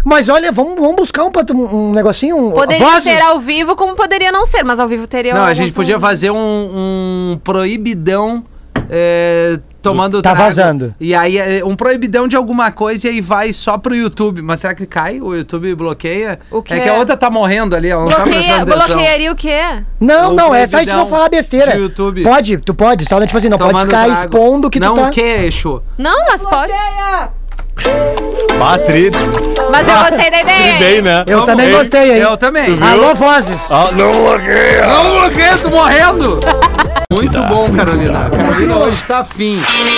S5: Mas olha, vamos, vamos buscar um, pat- um negocinho, um
S3: Poderia
S5: vozes.
S3: ser ao vivo, como poderia não ser, mas ao vivo teria um
S4: Não, a
S3: algum
S4: gente podia
S3: problema.
S4: fazer um, um proibidão é, tomando
S5: Tá
S4: trago.
S5: vazando.
S4: E aí, é, um proibidão de alguma coisa e aí vai só pro YouTube. Mas será que cai? O YouTube bloqueia?
S3: O quê?
S4: É que a outra tá morrendo ali, ela não tá
S3: Bloqueia,
S4: prestando atenção.
S3: bloquearia o quê?
S5: Não,
S4: Ou
S5: não, é só a gente
S4: proibidão
S5: não falar besteira.
S4: de YouTube.
S5: Pode, tu pode. Só tipo assim, não pode
S4: Tomando
S5: ficar
S4: trago.
S5: expondo que
S4: não,
S5: tu tá.
S4: o que, Exu?
S3: Não, mas pode.
S6: Patri,
S3: Mas eu gostei da
S4: [laughs]
S3: ideia.
S6: bem, né?
S5: Eu também
S6: Ei,
S5: gostei, hein?
S4: Eu também.
S6: viu?
S5: Alô, vozes.
S6: Ah, não bloqueia!
S4: Não bloqueia, tô morrendo! Muito bom, Carolina. A Carolina hoje tá afim.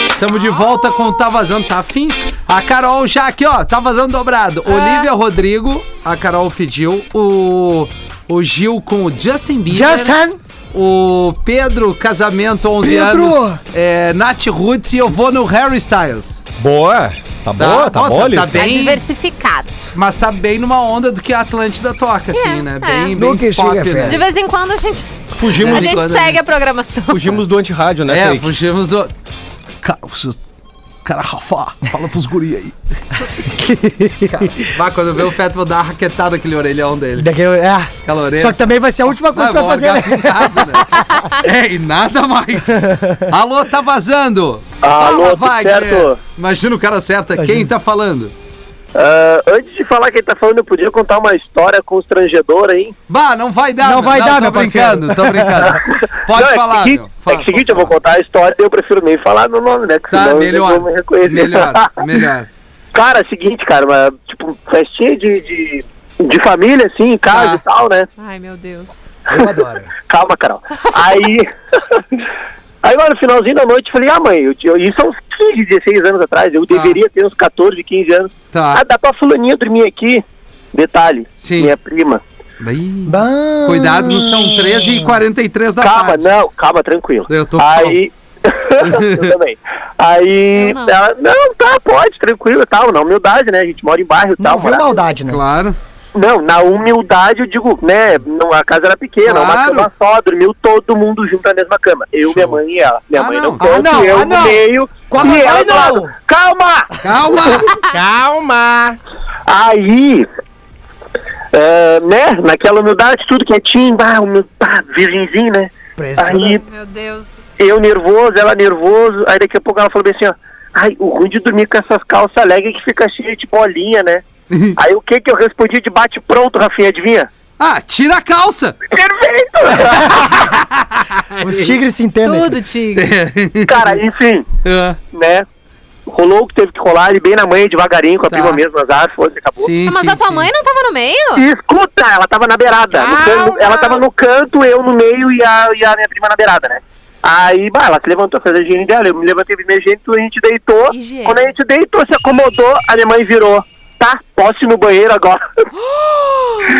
S4: Estamos de volta com o Tá Vazando, tá afim? A Carol já aqui, ó, tá vazando dobrado.
S5: É.
S4: Olivia Rodrigo, a Carol pediu. O, o Gil com o Justin Bieber.
S5: Justin.
S4: O Pedro, casamento, 11
S5: Pedro!
S4: anos. É, Nath Roots e eu vou no Harry Styles.
S6: Boa! Tá boa, tá
S4: Ó,
S6: boa, Liz?
S4: tá
S3: É
S4: bem,
S3: diversificado.
S4: Mas tá bem numa onda do que a Atlântida toca, assim,
S3: É,
S4: né?
S3: é.
S4: Bem, bem
S5: Nunca chega
S4: pop,
S5: perto.
S3: De
S4: né?
S3: vez em quando a gente,
S6: Fugimos,
S3: a
S4: de
S3: gente
S4: quando,
S3: segue a programação.
S6: fugimos do antirrádio, né,
S4: É,
S6: Kaique?
S4: fugimos do...
S2: Cara, vocês... Cara, Rafa, fala pros guri aí.
S4: Bah, quando vê o Feto, vou dar uma raquetada naquele orelhão dele.
S5: Daqui eu- é.
S4: Aquela orelha. Ah,
S5: Só que também vai ser a última coisa
S4: Não,
S5: que tu
S4: vou
S5: vai fazer, né?
S4: largar pintado, né? [laughs] É, e nada mais. Alô, tá vazando.
S8: Alô, tudo
S4: Wagner.
S8: certo?
S4: Imagina o cara acerta. Quem tá falando?
S8: Ah, antes de falar quem tá falando, eu podia contar uma história constrangedora, hein?
S4: Bah, não vai dar.
S5: Não
S4: meu.
S5: vai dar,
S4: tô
S5: meu parceiro.
S4: brincando, tô
S8: [laughs]
S4: brincando. Pode
S8: Não, é
S4: falar,
S8: que,
S4: meu. Fala,
S8: é que seguinte,
S4: pode
S8: eu vou
S4: falar.
S8: contar a história eu prefiro nem falar meu nome, né? Porque
S4: Tá,
S8: senão
S4: melhor.
S8: eu vou me reconhecer.
S4: Melhor,
S8: [laughs]
S4: melhor.
S8: cara, é o seguinte, cara, uma, tipo, festinha de, de, de família, assim, em casa
S4: Tá.
S8: e tal, né?
S3: Ai, meu Deus.
S7: Eu adoro.
S8: Calma, Carol. Aí.
S4: [laughs]
S8: Aí lá no finalzinho da noite eu falei, ah mãe, eu, te- eu, isso há uns 15, 16 anos atrás, eu deveria ter uns 14, 15 anos. Ah,
S4: Tá.
S8: dá pra fulaninha dormir aqui. Detalhe,
S4: Sim.
S8: minha prima.
S4: Ih,
S5: Bah.
S4: Cuidado, são 13h43 da
S8: Calma,
S4: tarde.
S8: não, calma, tranquilo.
S4: Eu tô
S8: Aí. [laughs] eu também. Aí.
S3: Eu não.
S8: Ela, não, tá, pode, tranquilo e tal. Na humildade, né? A gente mora em bairro e
S5: Não,
S8: tal.
S5: viu
S8: morava-
S5: maldade, né?
S4: Claro.
S8: Não, na humildade eu digo, né? Não, a casa era pequena,
S4: Claro.
S8: uma cama só, dormiu todo mundo junto na mesma cama. Eu,
S4: Show.
S8: minha mãe e ela. Minha
S4: Ah,
S8: mãe
S4: não.
S8: não
S5: Ah,
S8: tanto,
S5: não,
S8: eu
S5: ah, não.
S8: no meio.
S5: Com a mamãe,
S8: e ela do
S5: não.
S8: lado. Calma! [laughs]
S4: Calma.
S7: Calma!
S8: Aí, é, né? Naquela humildade, tudo quietinho, bah, humil- bah, virgenzinho, né? Aí,
S3: Meu Deus. do céu.
S8: eu nervoso, ela nervoso, aí daqui a pouco ela falou bem assim, ó, ai, o ruim de dormir com essas calças alegres que fica cheia de
S4: [laughs]
S8: bolinha, né? aí o que que eu respondi de bate pronto, Rafinha, adivinha?
S4: Ah, tira a calça.
S8: Perfeito! [laughs]
S5: Os tigres se entendem.
S3: Tudo, Tigre.
S4: [laughs]
S8: Cara, enfim,
S4: É,
S8: né? Rolou o que teve que rolar, ali bem na manhã, devagarinho, com a
S4: Tá.
S8: prima mesmo, azar, foi, acabou.
S4: Sim,
S3: Ah, Mas
S4: sim,
S3: a tua
S4: sim.
S3: mãe não tava no meio?
S8: E escuta, ela tava na beirada. no can- ela tava no canto, eu no meio e a, e a minha prima na beirada, né? Aí, bah, ela se levantou, fez a higiene dela, eu me levantei fiz minha higiene, a gente deitou.
S3: Higiene.
S8: Quando a gente deitou, se acomodou, a minha mãe virou. Tá, posso ir no banheiro agora?
S4: [gasps]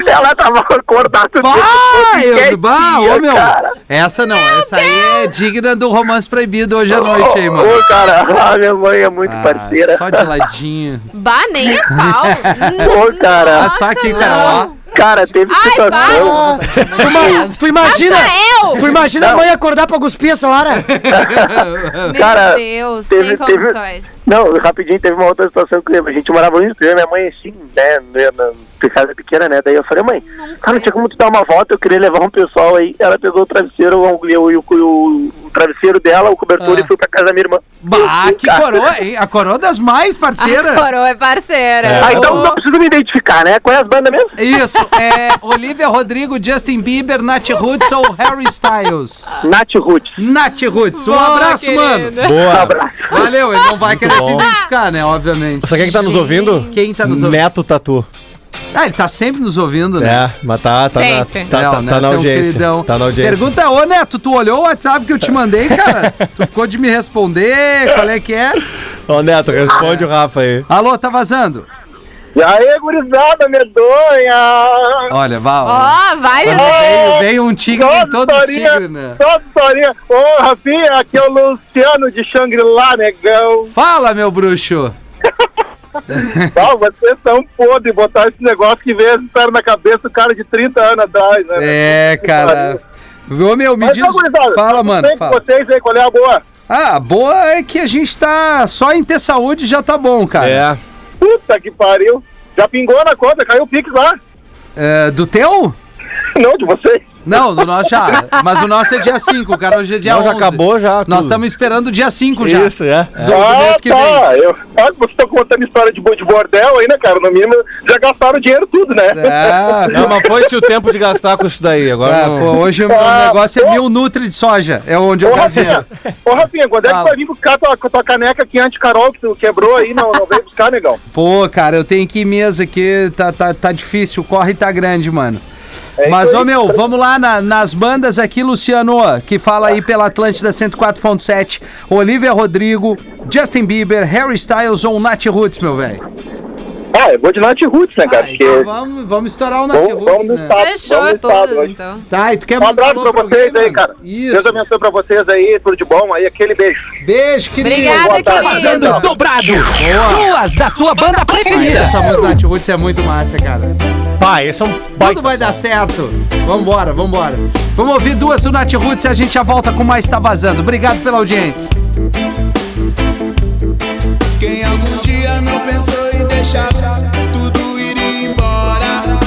S8: ela tava acordada. o tempo todo,
S4: Bah, eu,
S8: quietinha,
S4: bah, ô meu.
S8: cara.
S4: Essa não, essa aí é digna do romance proibido hoje à noite aí, mano.
S8: Ô, cara, [laughs] a minha mãe é muito
S4: Ah,
S8: parceira.
S4: Só de ladinho.
S3: Bah, nem
S4: [laughs]
S3: a pau. Hum,
S8: Ô, cara.
S4: Ah, só aqui, cara,
S3: não.
S4: ó.
S8: Cara, teve
S3: Ai, Ah, tá,
S5: Ah,
S8: situação.
S5: tu, ima- tu imagina,
S3: Rafael!
S5: tu imagina a mãe acordar pra cuspir essa hora?
S4: [laughs]
S3: Meu
S8: Cara,
S3: Deus,
S8: teve-
S3: sem
S8: teve-
S3: condições.
S8: Não, rapidinho, teve uma outra situação que eu lembro. A gente morava no Rio, minha mãe assim, né? né, na- casa pequena, né? Daí eu falei, mãe, cara, não tinha como tu dar uma volta, eu queria levar um pessoal aí. Ela pegou o travesseiro, eu, eu, eu, eu- o travesseiro dela, o cobertor
S4: Ah.
S8: e fui pra casa da minha irmã.
S4: Bah,
S8: Eu-
S4: que
S8: cara,
S4: coroa, hein? A coroa das mais,
S3: A
S4: parceira.
S3: coroa é parceira.
S8: Ah, então não preciso me identificar, né? Qual é as bandas mesmo?
S4: Isso, é Olivia Rodrigo, Justin Bieber, Nat Roots ou Harry Styles.
S8: Nath Roots.
S4: Nath Roots, um
S3: Boa,
S4: abraço,
S3: querida.
S4: mano.
S6: Boa.
S4: Valeu, ele não vai querer se
S6: bom.
S4: identificar, né? Obviamente.
S6: Sabe quem que tá nos ouvindo?
S4: Quem tá nos ouvindo?
S6: Neto Tatu.
S4: Ah, ele tá sempre nos ouvindo, né?
S6: É, mas tá, tá, na,
S3: Sempre.
S6: tá,
S4: Léo,
S6: tá,
S4: né? Tem
S6: tá na
S4: um
S6: audiência.
S4: queridão.
S6: Tá na audiência.
S4: Pergunta, ô Neto, tu olhou o WhatsApp que eu te mandei,
S6: [laughs]
S4: cara? tu ficou de me responder, qual é que é?
S6: Ô, Neto,
S4: Ah,
S6: responde o Rafa aí.
S4: Alô, tá vazando?
S8: E aí, gurizada, medonha!
S4: Olha, Val.
S3: Ó, vai,
S4: Veio, veio um tigre
S8: Só
S4: em todo
S8: historinha,
S4: tigre, né?
S8: só historinha. Ô, Rafinha, aqui é o Luciano de Shangri-La, negão.
S4: Fala, meu bruxo.
S8: Ó, vocês são podres botar esse negócio que veio estar na cabeça do cara de 30 anos atrás, né?
S4: É, cara. Ô, meu, me
S8: Mas,
S4: diz.
S8: ô, gurizada,
S4: Fala,
S8: tudo
S4: mano.
S8: bem com
S4: Fala.
S8: vocês aí, qual é a boa?
S4: Ah, a boa é que a gente tá. Só em ter saúde já tá bom, cara.
S6: É.
S8: Puta que pariu. Já pingou na conta, caiu o Pix lá. [laughs]
S4: É, do teu?
S8: Não, de vocês.
S4: Não, do nosso já. Mas o nosso é dia 5, cara. Hoje é dia
S6: Não,
S4: 11.
S6: já acabou já.
S4: Nós
S6: tudo.
S4: estamos esperando o dia 5 já.
S6: Isso, é.
S4: Então, Do, do mês que vem.
S8: Ah, Eu, ah, vocês estão contando história de, bo- de bordel aí, né, cara? No mínimo, já gastaram o dinheiro tudo, né?
S4: Ah,
S6: Não, mas foi-se o tempo de gastar com isso daí. Agora
S4: ah,
S6: não-
S4: pô, hoje o meu
S8: Ah,
S4: negócio é
S8: pô.
S4: mil nutri de soja. É onde eu
S8: [laughs] Ô,
S4: gasto
S8: Rafinha,
S4: dinheiro.
S8: ô, Rafinha, quando é que
S4: Fala.
S8: tu vai vir buscar tua, tua caneca que anti-carol que tu quebrou aí? Não, não veio buscar, negão.
S4: Pô, cara, eu tenho que ir mesmo aqui. Tá, tá, tá difícil, o corre tá grande, mano.
S8: É
S4: Mas,
S8: isso
S4: ô
S8: aí.
S4: meu, vamos lá na- nas bandas aqui, Luciano, que fala aí pela Atlântida 104.7, Olivia Rodrigo, Justin Bieber, Harry Styles ou Nat Roots, meu velho.
S8: Ah, eu vou de Nath Roots, né, cara?
S4: Ah,
S8: Porque.
S4: então vamos, vamos estourar o Nat
S8: Vamos-
S4: Roots,
S8: vamos no
S4: né?
S8: estado.
S3: fechou
S8: Vamos lá,
S3: tudo,
S8: hoje.
S3: então.
S4: Tá, e tu quer
S8: Um
S4: mandar
S8: abraço
S4: alô
S8: pra
S4: pro alguém,
S8: vocês aí,
S4: mano?
S8: cara. Deus
S4: Isso.
S8: abençoe pra vocês aí, tudo de bom aí, aquele beijo.
S4: Beijo, querido.
S3: Obrigada,
S8: Tá
S3: querido.
S2: Fazendo dobrado. Duas da sua banda preferida.
S4: Essa música Nat Roots é muito massa, cara.
S6: Pá, esse é um
S4: Tudo
S6: baita
S4: vai dar certo. Vambora, vambora. Vamos ouvir duas do Nath Roots e a gente já volta com mais Tá Vazando. Obrigado pela audiência.
S9: Quem algum dia não pensou em deixar tudo ir embora.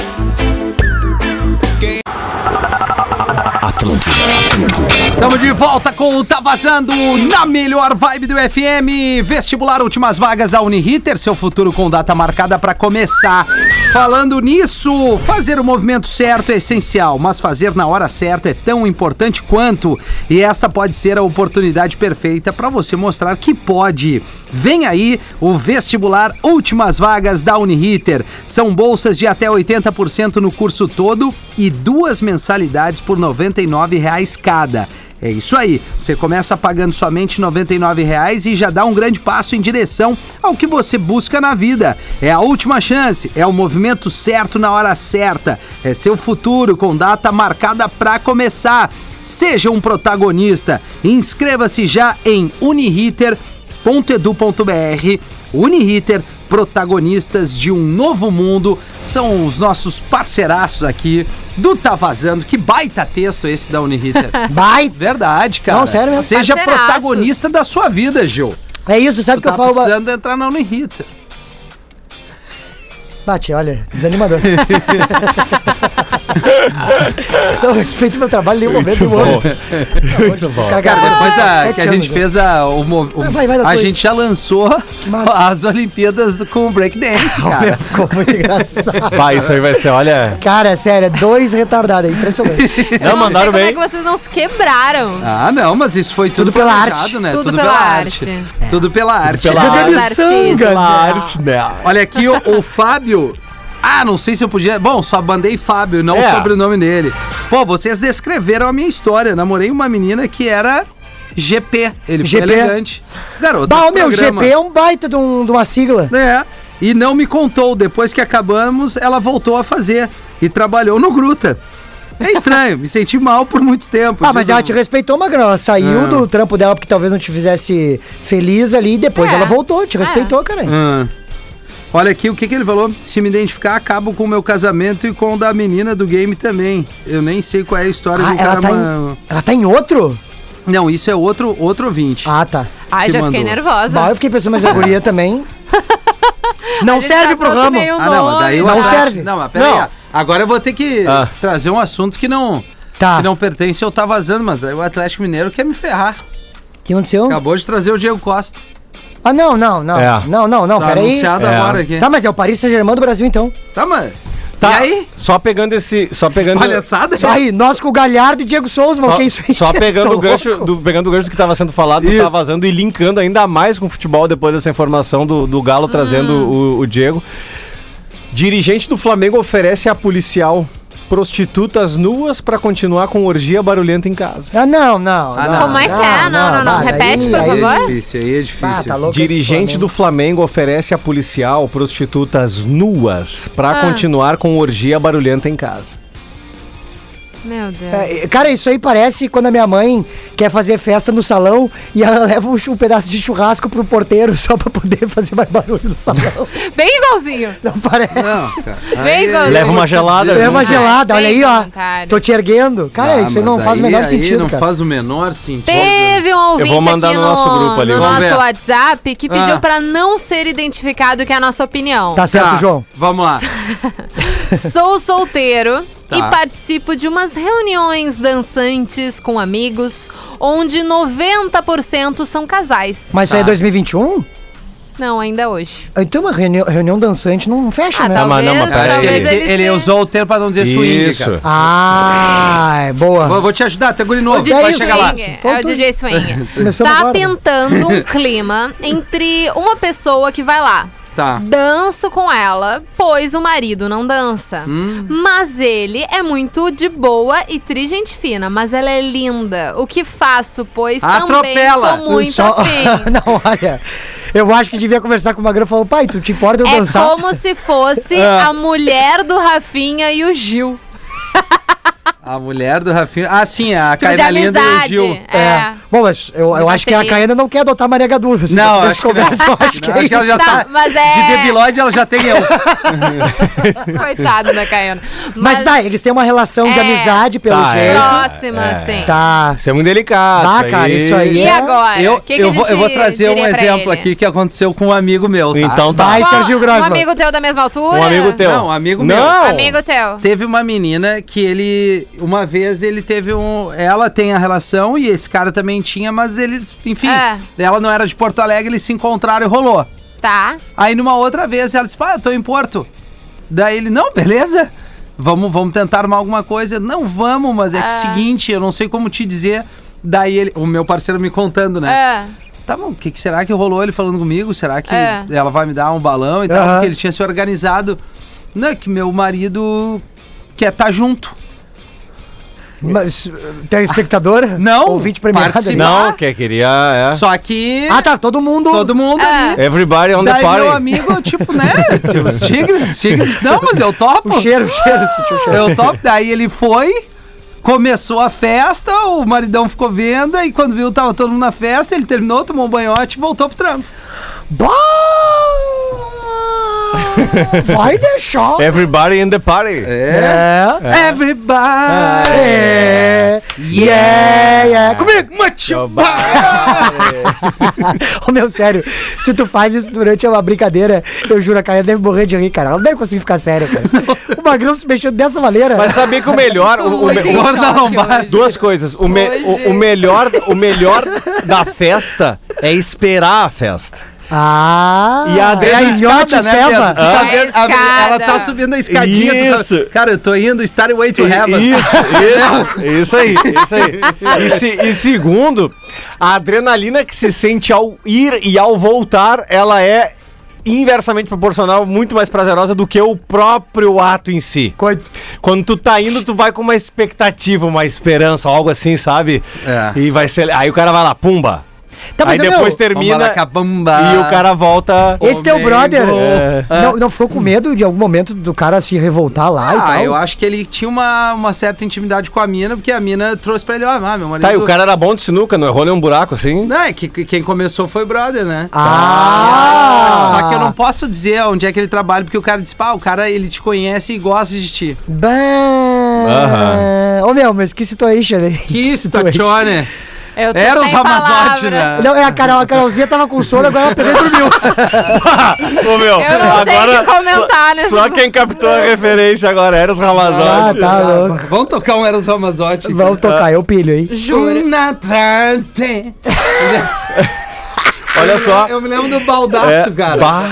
S4: Estamos de volta com o Tá Vazando na melhor vibe do FM. Vestibular Últimas Vagas da Uniriter, seu futuro com data marcada para começar. Falando nisso, fazer o movimento certo é essencial, mas fazer na hora certa é tão importante quanto. E esta pode ser a oportunidade perfeita para você mostrar que pode. Vem aí o vestibular Últimas Vagas da Uniriter. São bolsas de até 80% no curso todo e duas mensalidades por R$ 99,00 cada. É isso aí. Você começa pagando somente R$ 99,00 e já dá um grande passo em direção ao que você busca na vida. É a última chance, é o movimento certo na hora certa. É seu futuro com data marcada para começar. Seja um protagonista. Inscreva-se já em uniriter.edu.br. Uniriter, protagonistas de um novo mundo, são os nossos parceiraços aqui do Tá Vazando. Que baita texto esse da Uniriter.
S5: Baita.
S4: Verdade, cara.
S5: Não, sério mesmo.
S4: Seja
S3: Parceiraço.
S4: protagonista da sua vida, Gil.
S5: É isso, sabe
S4: Tu
S5: o que
S4: tá
S5: eu falo? ba-
S4: precisando entrar na Unirita.
S5: Bate, olha,
S4: [laughs]
S5: desanimador. não, respeito meu trabalho, nenhum momento, um nenhum momento.
S6: Muito bom.
S5: Cara,
S4: Cara, depois da,
S5: Ah, sete
S4: que a gente
S5: anos, né?
S4: fez a... O, mo- o-
S5: Ah, vai, vai da
S4: a
S5: tua aí.
S4: gente já lançou
S5: massa.
S4: as Olimpíadas com o
S5: [laughs]
S4: breakdance, cara.
S5: Ficou
S4: [laughs]
S5: muito engraçado.
S6: Pá, isso aí vai ser, olha.
S5: Cara, é sério, dois retardados,
S4: [laughs]
S5: é impressionante.
S3: Eu
S6: Não, mandaram
S3: sei
S6: bem.
S3: Como é que vocês não se quebraram?
S4: Ah, não, mas isso foi tudo,
S5: Tudo pela
S4: planejado,
S5: arte. É.
S4: né?
S3: Tudo pela arte.
S4: Tudo pela arte. né?
S6: pela
S3: Os
S6: arte.
S3: artistas.
S6: Pela arte, né?
S4: Olha aqui, o, o Fábio. Ah, não sei se eu podia. Bom, só bandei Fábio, não
S6: É.
S4: sobre o nome dele. Pô, vocês descreveram a minha história. Namorei uma menina que era GP. Ele
S5: GP.
S4: foi elegante. Garoto.
S5: Bah,
S4: do
S5: o meu
S4: programa.
S5: GP é um baita de, um- de uma sigla.
S4: É. E não me contou. Depois que acabamos, ela voltou a fazer. E trabalhou no Gruta. É estranho, me senti mal por muito tempo.
S5: Ah, mas
S4: diz
S5: ela
S4: o-
S5: te respeitou, Magrão. Ela saiu
S4: É.
S5: do trampo dela porque talvez não te fizesse feliz ali e depois
S3: É.
S5: ela voltou, te respeitou, cara.
S4: Ah. Olha aqui o que, que ele falou. Se me identificar, acabo com o meu casamento e com o da menina do game também. Eu nem sei qual é a história
S5: Ah,
S4: do
S5: ela
S4: cara.
S5: tá,
S4: ma-
S5: em, ela tá em outro?
S4: Não, isso é outro, outro ouvinte.
S5: Ah, tá.
S3: Ai,
S4: Que
S3: já fiquei
S4: mandou.
S3: nervosa. [laughs]
S5: Bah, eu fiquei pensando, mas a guria também. Não
S3: A gente
S5: serve
S3: já
S5: pro
S3: trouxe
S5: ramo.
S3: meio
S4: Ah, não, mas daí eu
S5: Não
S4: acho-
S5: serve.
S4: Não, mas peraí.
S5: Não.
S4: Agora eu vou ter que
S6: Ah.
S4: trazer um assunto que não,
S5: Tá.
S4: que não pertence, eu tá vazando, mas aí o Atlético Mineiro quer me ferrar.
S5: O que aconteceu?
S4: Acabou de trazer o Diego Costa.
S5: Ah, não, não, não.
S6: É.
S5: Não, não, não,
S4: tá
S5: peraí.
S4: anunciado
S6: É.
S4: agora aqui.
S5: Tá, mas é o Paris Saint-Germain do Brasil, então.
S4: Tá, mano.
S6: Tá,
S4: E aí?
S6: Só pegando esse. Só pegando.
S4: Palhaçada?
S5: Só aí, nós com o Galhardo e Diego Souza, mano.
S6: Só,
S5: Que isso aí,
S6: só
S5: [laughs] vocês
S6: pegando,
S5: tão
S6: o gancho,
S5: louco?
S6: do, pegando o gancho do que estava sendo falado,
S4: Isso.
S6: estava vazando e linkando ainda mais com o futebol depois dessa informação do, do Galo
S5: Ah.
S6: trazendo o, o Diego. Dirigente do Flamengo oferece a policial prostitutas nuas para continuar com orgia barulhenta em casa.
S5: Ah, não, não.
S4: Ah,
S5: não,
S4: Como
S3: é que é? Não, não, não.
S5: daí-
S3: Repete, por
S5: daí-
S4: Aí é
S3: favor.
S4: difícil, aí é difícil.
S5: Ah, tá louco esse
S6: Dirigente do Flamengo oferece a policial prostitutas nuas para
S3: Ah.
S6: continuar com orgia barulhenta em casa.
S3: Meu Deus.
S5: É, cara, isso aí parece quando a minha mãe quer fazer festa no salão e ela [laughs] leva um, chu- um pedaço de churrasco pro porteiro só pra poder [laughs] fazer mais barulho
S4: [laughs]
S5: no salão.
S3: Bem igualzinho.
S5: Não parece.
S4: Não, cara.
S3: Vem,
S4: Aí- é
S3: Gomes.
S6: Leva uma gelada.
S5: Leva uma
S3: Ah,
S5: gelada, olha aí, ó.
S3: sem comentário.
S5: Tô te erguendo. Cara,
S4: Ah,
S5: é, isso aí não
S4: mas
S5: faz o
S4: aí-
S5: menor
S4: aí
S5: sentido,
S4: não
S5: cara.
S4: faz o menor sentido.
S3: Teve um ouvinte
S6: vou mandar
S3: aqui
S6: no nosso grupo ali,
S3: no
S4: vamos ver.
S3: nosso WhatsApp que pediu
S4: Ah.
S3: pra não ser identificado que é a nossa opinião.
S5: Tá certo,
S4: Tá,
S5: João.
S4: Vamos lá.
S3: Sou solteiro
S4: Tá.
S3: e participo de umas reuniões dançantes com amigos, onde 90% são casais.
S5: Mas isso aí é
S4: Tá.
S5: 2021?
S3: Não, ainda hoje.
S5: Então uma reunião, reunião dançante não fecha,
S3: Ah,
S5: né?
S6: tá. mas
S3: talvez,
S6: não, mas pera aí.
S3: talvez
S4: É, Ele,
S3: ele,
S4: ele
S3: se-
S4: usou o termo pra não dizer swing, cara.
S5: Ah, é boa.
S4: Vou, vou te ajudar, tem guri
S3: O
S4: novo,
S3: DJ
S4: vai
S5: isso,
S4: chegar lá.
S3: Swing. É o
S5: Ponto.
S3: DJ Swing.
S5: Começamos
S3: tá
S5: agora.
S3: pintando um clima entre uma pessoa que vai lá.
S4: Tá.
S3: Danço com ela, pois o marido não dança.
S4: Hum.
S3: Mas ele é muito de boa e tri gente fina, mas ela é linda. O que faço, pois
S4: Atropela.
S3: também tô muito
S5: Só- [laughs]
S3: afim.
S5: não, olha. Eu acho que devia conversar com o Magrão e falar, pai, tu te importa eu
S3: É
S5: dançar?
S3: como se fosse
S4: Ah.
S3: a mulher do Rafinha e o Gil.
S4: A mulher do Rafinha. Ah, sim, a
S3: Tipo, de
S4: Karina Linda e o
S3: amizade.
S4: Gil.
S5: É.
S3: É.
S5: Bom, mas eu, eu
S3: Mas
S5: acho que a
S3: seria-
S5: Caena não quer adotar Maria Gadu. Assim,
S4: Não,
S5: depois
S4: acho que
S5: conversa,
S4: não.
S5: eu acho que é
S4: Acho que ela já
S3: Tá,
S4: tá.
S3: mas
S4: De
S3: é-
S4: debilóide ela já tem eu.
S3: Coitado da Caiana.
S5: [laughs] Mas tá, eles têm uma relação de
S3: É.
S5: amizade, pelo
S6: Tá, é.
S5: jeito.
S3: Próxima, sim.
S5: Tá.
S6: Isso é muito delicado.
S5: Ah, cara, isso aí
S3: E
S5: é-
S3: agora?
S4: Eu,
S3: O que que
S4: eu,
S3: a
S4: vou, eu
S3: gente
S4: vou trazer um
S3: diria pra
S4: exemplo
S3: ele?
S4: aqui que aconteceu com um amigo meu. Tá?
S6: Então tá.
S5: Vai,
S3: Qual-
S5: Serginho
S3: Um
S5: Grossman.
S3: amigo teu da mesma altura?
S6: Um amigo teu.
S4: Não, amigo meu.
S6: Não.
S3: Amigo teu.
S4: Teve uma menina que ele. Uma vez ele teve um. Ela tem a relação e esse cara também tinha, mas eles. Enfim.
S3: É.
S4: Ela não era de Porto Alegre, eles se encontraram e rolou.
S3: Tá.
S4: Aí numa outra vez ela disse: Pá, eu tô em Porto. Daí ele: Não, beleza. Vamos, vamos tentar armar alguma coisa. Não, vamos, mas é que
S3: Ah.
S4: seguinte, eu não sei como te dizer. Daí ele, o meu parceiro me contando, né?
S3: Ah,
S4: Tá bom, o que, que será que rolou ele falando comigo? Será que
S3: É.
S4: ela vai me dar um balão e tal?
S5: Aham.
S4: Porque ele tinha se organizado. Não, é que meu marido quer estar junto.
S5: Mas, uh, telespectador?
S4: Não,
S5: Ouvinte premiado.
S4: participa-
S5: né?
S6: Não, que queria. É.
S4: Só que
S5: Ah, tá, todo mundo.
S4: todo mundo ali.
S6: Everybody on the
S4: Daí
S6: party.
S4: meu amigo, tipo, né? tipo, os tigres, os tigres. Não, mas eu topo.
S5: O cheiro, o cheiro, sentiu o
S4: [laughs]
S5: cheiro.
S4: Eu top. Daí ele foi, começou a festa, o maridão ficou vendo, e quando viu, tava todo mundo na festa, ele terminou, tomou um banhote e voltou pro trampo.
S5: Bom! Vai deixar.
S4: É,
S6: Everybody in the party.
S5: É.
S4: Everybody!
S5: É. Yeah, yeah. Comigo. Ô, meu, sério, se tu faz isso durante uma brincadeira, eu juro, a Caia deve morrer de rir, cara. Ela não deve conseguir ficar séria,
S6: [laughs]
S5: cara. o Magrão se mexeu dessa maneira.
S6: Mas sabia que o melhor. o- o- o-
S4: Gordo da lombada.
S6: duas coisas. O, me- o- o melhor, o melhor da festa é esperar a festa.
S5: Ah!
S6: E
S4: É
S6: a
S4: a
S6: adrenalina.
S5: Minhote
S4: escada, né, Pedro?
S5: Seva.
S4: Tu tá
S3: Ah.
S4: vendo? A-
S3: Escada.
S4: ela tá subindo a escadinha. tu tá-
S6: Isso.
S4: Cara, eu tô indo, start way to heaven.
S6: Isso, isso, isso aí, isso aí. E, se- e segundo, a adrenalina que se sente ao ir e ao voltar, ela é inversamente proporcional, muito mais prazerosa do que o próprio ato em si. Quando tu tá indo, tu vai com uma expectativa, uma esperança, algo assim, sabe?
S4: É.
S6: E vai ser. Aí o cara vai lá, pumba.
S5: Tá, mas
S6: aí
S5: ô,
S6: depois
S5: meu,
S6: termina
S4: Bombalacabamba.
S6: e o cara volta.
S5: Esse teu
S4: Homem
S5: brother
S4: gol. É.
S5: não, não ficou com medo de algum momento do cara se revoltar lá e
S4: Ah,
S5: tal?
S4: eu acho que ele tinha uma, uma certa intimidade com a mina, porque a mina trouxe pra ele, ó, ah, meu marido...
S6: Tá, e o cara era bom de sinuca, não errou nenhum buraco assim?
S4: Não, é que que quem começou foi o brother, né?
S5: Ah!
S4: Só que eu não posso dizer onde é que ele trabalha, porque o cara disse, pá, o cara ele te conhece e gosta de ti.
S5: Bah! Ô meu, mas que situation aí?
S4: Que situazione!
S3: Eu tô
S4: Era os
S3: sem
S4: Ramazotti, né?
S3: palavras.
S5: Não, é a, Carol, a Carolzinha tava com sono, agora ela pegou e dormiu.
S6: Ô, meu,
S3: Eu não sei o que comentar
S6: só,
S3: nesse
S6: só quem captou a referência agora era os
S5: Ah,
S6: Ramazotti.
S5: tá louco.
S4: Vamos tocar um Eros Ramazotti. aqui.
S5: Vamos tocar, eu pilho, hein?
S3: Juro.
S4: Una trante.
S6: Olha só.
S4: Ah, Eu me lembro do Baldaço,
S6: É,
S4: cara.
S6: bah,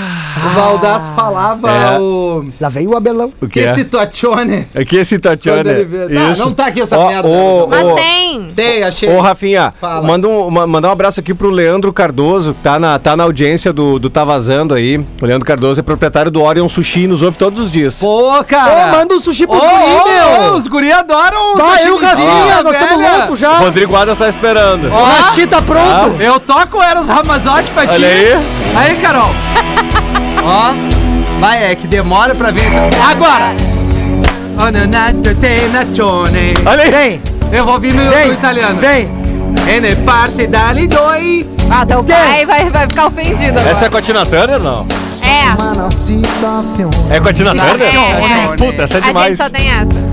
S4: O Baldaço falava
S6: É.
S4: o...
S5: Lá veio o Abelão.
S6: o que
S4: Que
S6: é?
S4: situazione.
S6: Aqui esse
S4: Quando
S6: Tatiana.
S4: ele vê- Tá, não tá aqui essa
S6: Ó,
S4: merda.
S6: ô,
S3: Mas
S6: ô,
S3: tem.
S4: Tem, achei.
S6: Ô, Rafinha,
S4: Fala.
S6: manda um, ma- mandar um abraço aqui pro Leandro Cardoso, que tá na, tá na audiência do, do Tá Vazando aí. O Leandro Cardoso é proprietário do Orion Sushi e nos ouve todos os dias.
S4: Pô, cara.
S5: Ô, manda um sushi
S4: Ô,
S5: pros guri,
S4: ô, um ô,
S5: meu.
S4: os guri adoram
S5: Bah, eu e o
S4: sashimizinho,
S5: Rafinha, nós estamos
S4: velho.
S5: loucos
S6: O
S5: já.
S6: Rodrigo Guada tá esperando.
S5: O Rashi tá pronto.
S4: Eu toco o Eros Ramazotti pra ti.
S6: Olha aí.
S4: Aí,
S6: [laughs]
S4: Carol. Ó. Vai, é que demora pra vir. Agora.
S6: Olha aí.
S4: Eu vou vir no, no
S5: Vem,
S4: italiano.
S5: vem.
S4: N parte dali doi.
S3: Ah, teu pai vai, vai ficar ofendido agora.
S6: Essa é com a Tina Turner, não?
S3: É.
S6: É com a Tina Turner?
S3: É, é.
S6: Puta, essa é
S3: A gente
S6: demais.
S3: só tem essa.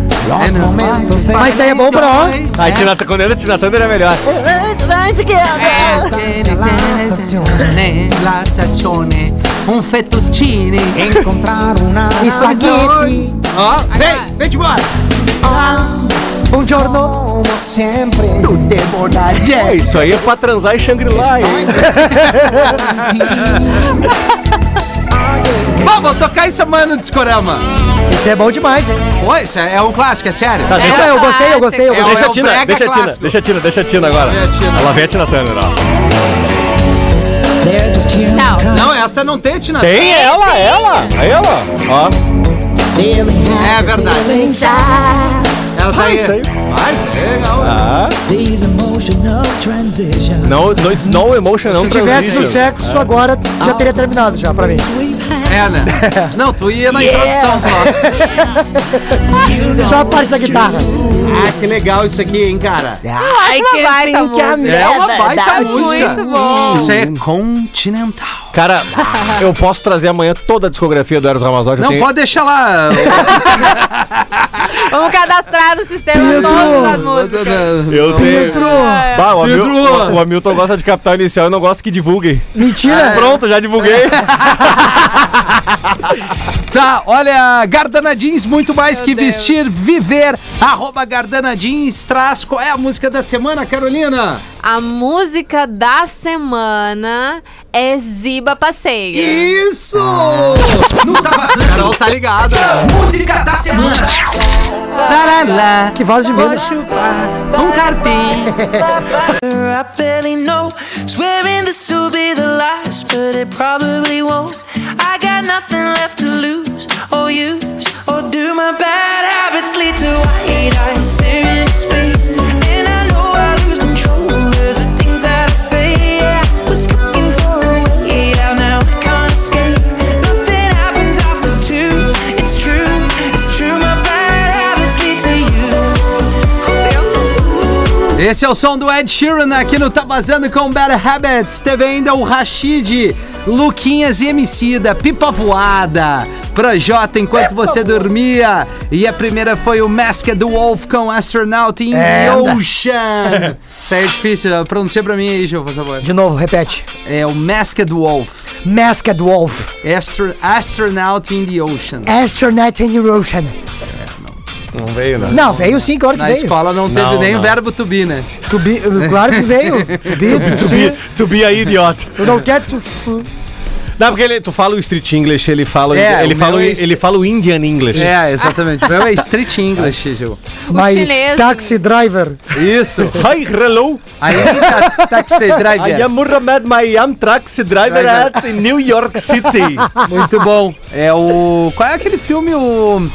S5: Mas isso aí é bom pra ó.
S6: A Tina, quando era a Tina Turner é melhor.
S3: É.
S4: La stazione, um fettuccine.
S5: Espaguete.
S4: Ó, Oh, vem, vem de embora. Ah.
S5: Buongiorno.
S6: É, isso aí é pra transar em Shangri-La, hein?
S4: Vamos tocar isso, mano, discorama.
S5: Isso é bom demais, hein?
S4: Pô, isso é é um clássico, é sério.
S6: Tá, deixa,
S5: Não, eu gostei, eu gostei, eu
S4: É,
S5: gostei.
S6: deixa
S4: o
S6: a Tina,
S4: brega
S6: deixa a Tina,
S4: clássico.
S6: deixa a Tina, deixa a Tina agora.
S4: Vem a Tina.
S6: Ela vem a né? Tina Turner, ó.
S3: Não.
S4: Não, essa não tem, Tina.
S6: Tem ela, ela, ela. Ó.
S4: É verdade. Ela tá aí.
S6: isso aí.
S4: Ah, isso é legal.
S6: Ah. No, no, it's no emotion, não
S5: Se tivesse
S6: transition.
S5: no sexo agora, já teria terminado já pra mim.
S4: É, né? Não, tu ia na introdução só.
S5: [laughs] Só a parte da guitarra.
S4: Ah, que legal isso aqui, hein, cara.
S3: Eu acho uma baita música.
S4: É uma baita música.
S3: Tá Muito bom.
S4: Isso aí é continental.
S6: Cara, eu posso trazer amanhã toda a discografia do Eros Ramazotti. eu
S4: Não
S6: tenho-
S4: pode
S3: [laughs]
S4: deixar lá.
S3: Vamos cadastrar no sistema todas as músicas.
S6: Eu tenho. Bah, o, Hamil-
S4: Pedro!
S6: o- o Hamilton gosta de capital inicial e não gosta que divulguem.
S5: Mentira.
S6: [laughs] Pronto, já
S4: [laughs]
S6: divulguei.
S4: Tá, olha, Gardana Jeans, muito mais
S3: Meu
S4: que
S3: Deus.
S4: vestir, viver. Arroba Gardana Jeans, traz qual é a música da semana, Carolina?
S3: A música da semana é Ziba Passeia.
S4: Isso! Não tá vazando, Carol tá ligada. Música da semana. Tarará,
S5: Que voz de
S4: vou
S5: menos.
S4: chupar um carpim.
S10: I barely know. Swearing this will be the last, but it probably won't. I got nothing left to lose or use, or do my bad habits lead to white eyes staring into space. And I know I lose control of the things that I say. Yeah, I was looking for a way out, now I can't escape. Nothing happens after two. It's true, it's true. My bad habits lead to you.
S4: Esse é o som do Ed Sheeran aqui no Tá Vazando com Better Habits. Teve ainda o Rashid, Luquinhas e Emicida, Pipa Voada, Projota Enquanto Você Dormia. E a primeira foi o Masked Wolf com Astronaut in the Ocean. Isso aí é difícil, pronuncia pra mim aí, Gil, por favor.
S5: De novo, repete.
S4: É o Masked Wolf,
S5: Masked Wolf.
S4: Astro- Astronaut in the Ocean.
S5: É, Astronaut in the Ocean.
S6: Não veio, né?
S5: Não, veio sim, claro que
S4: Na
S5: veio.
S4: escola não teve
S6: Não,
S4: nem o
S6: não.
S4: verbo to be, né?
S5: To be- uh, claro
S4: [laughs]
S5: que veio. To be, to
S6: To
S5: see.
S6: be, to be a idiota.
S5: Eu não quero... To...
S6: Não, porque ele, tu fala o street English, ele fala,
S4: É,
S6: ele,
S4: o
S6: fala, o-
S4: meu é-
S6: ele fala o Indian English.
S4: É, exatamente. O meu é Street English, Gil.
S5: My
S3: chinês.
S5: taxi driver.
S4: Isso.
S6: Hi, hello.
S4: Aí tá Taxi
S6: I
S4: Driver.
S6: am Mohamed, my Amtrak driver
S4: Driver.
S6: at New York [laughs] City.
S5: [laughs]
S4: Muito bom. É o. Qual é aquele filme? O.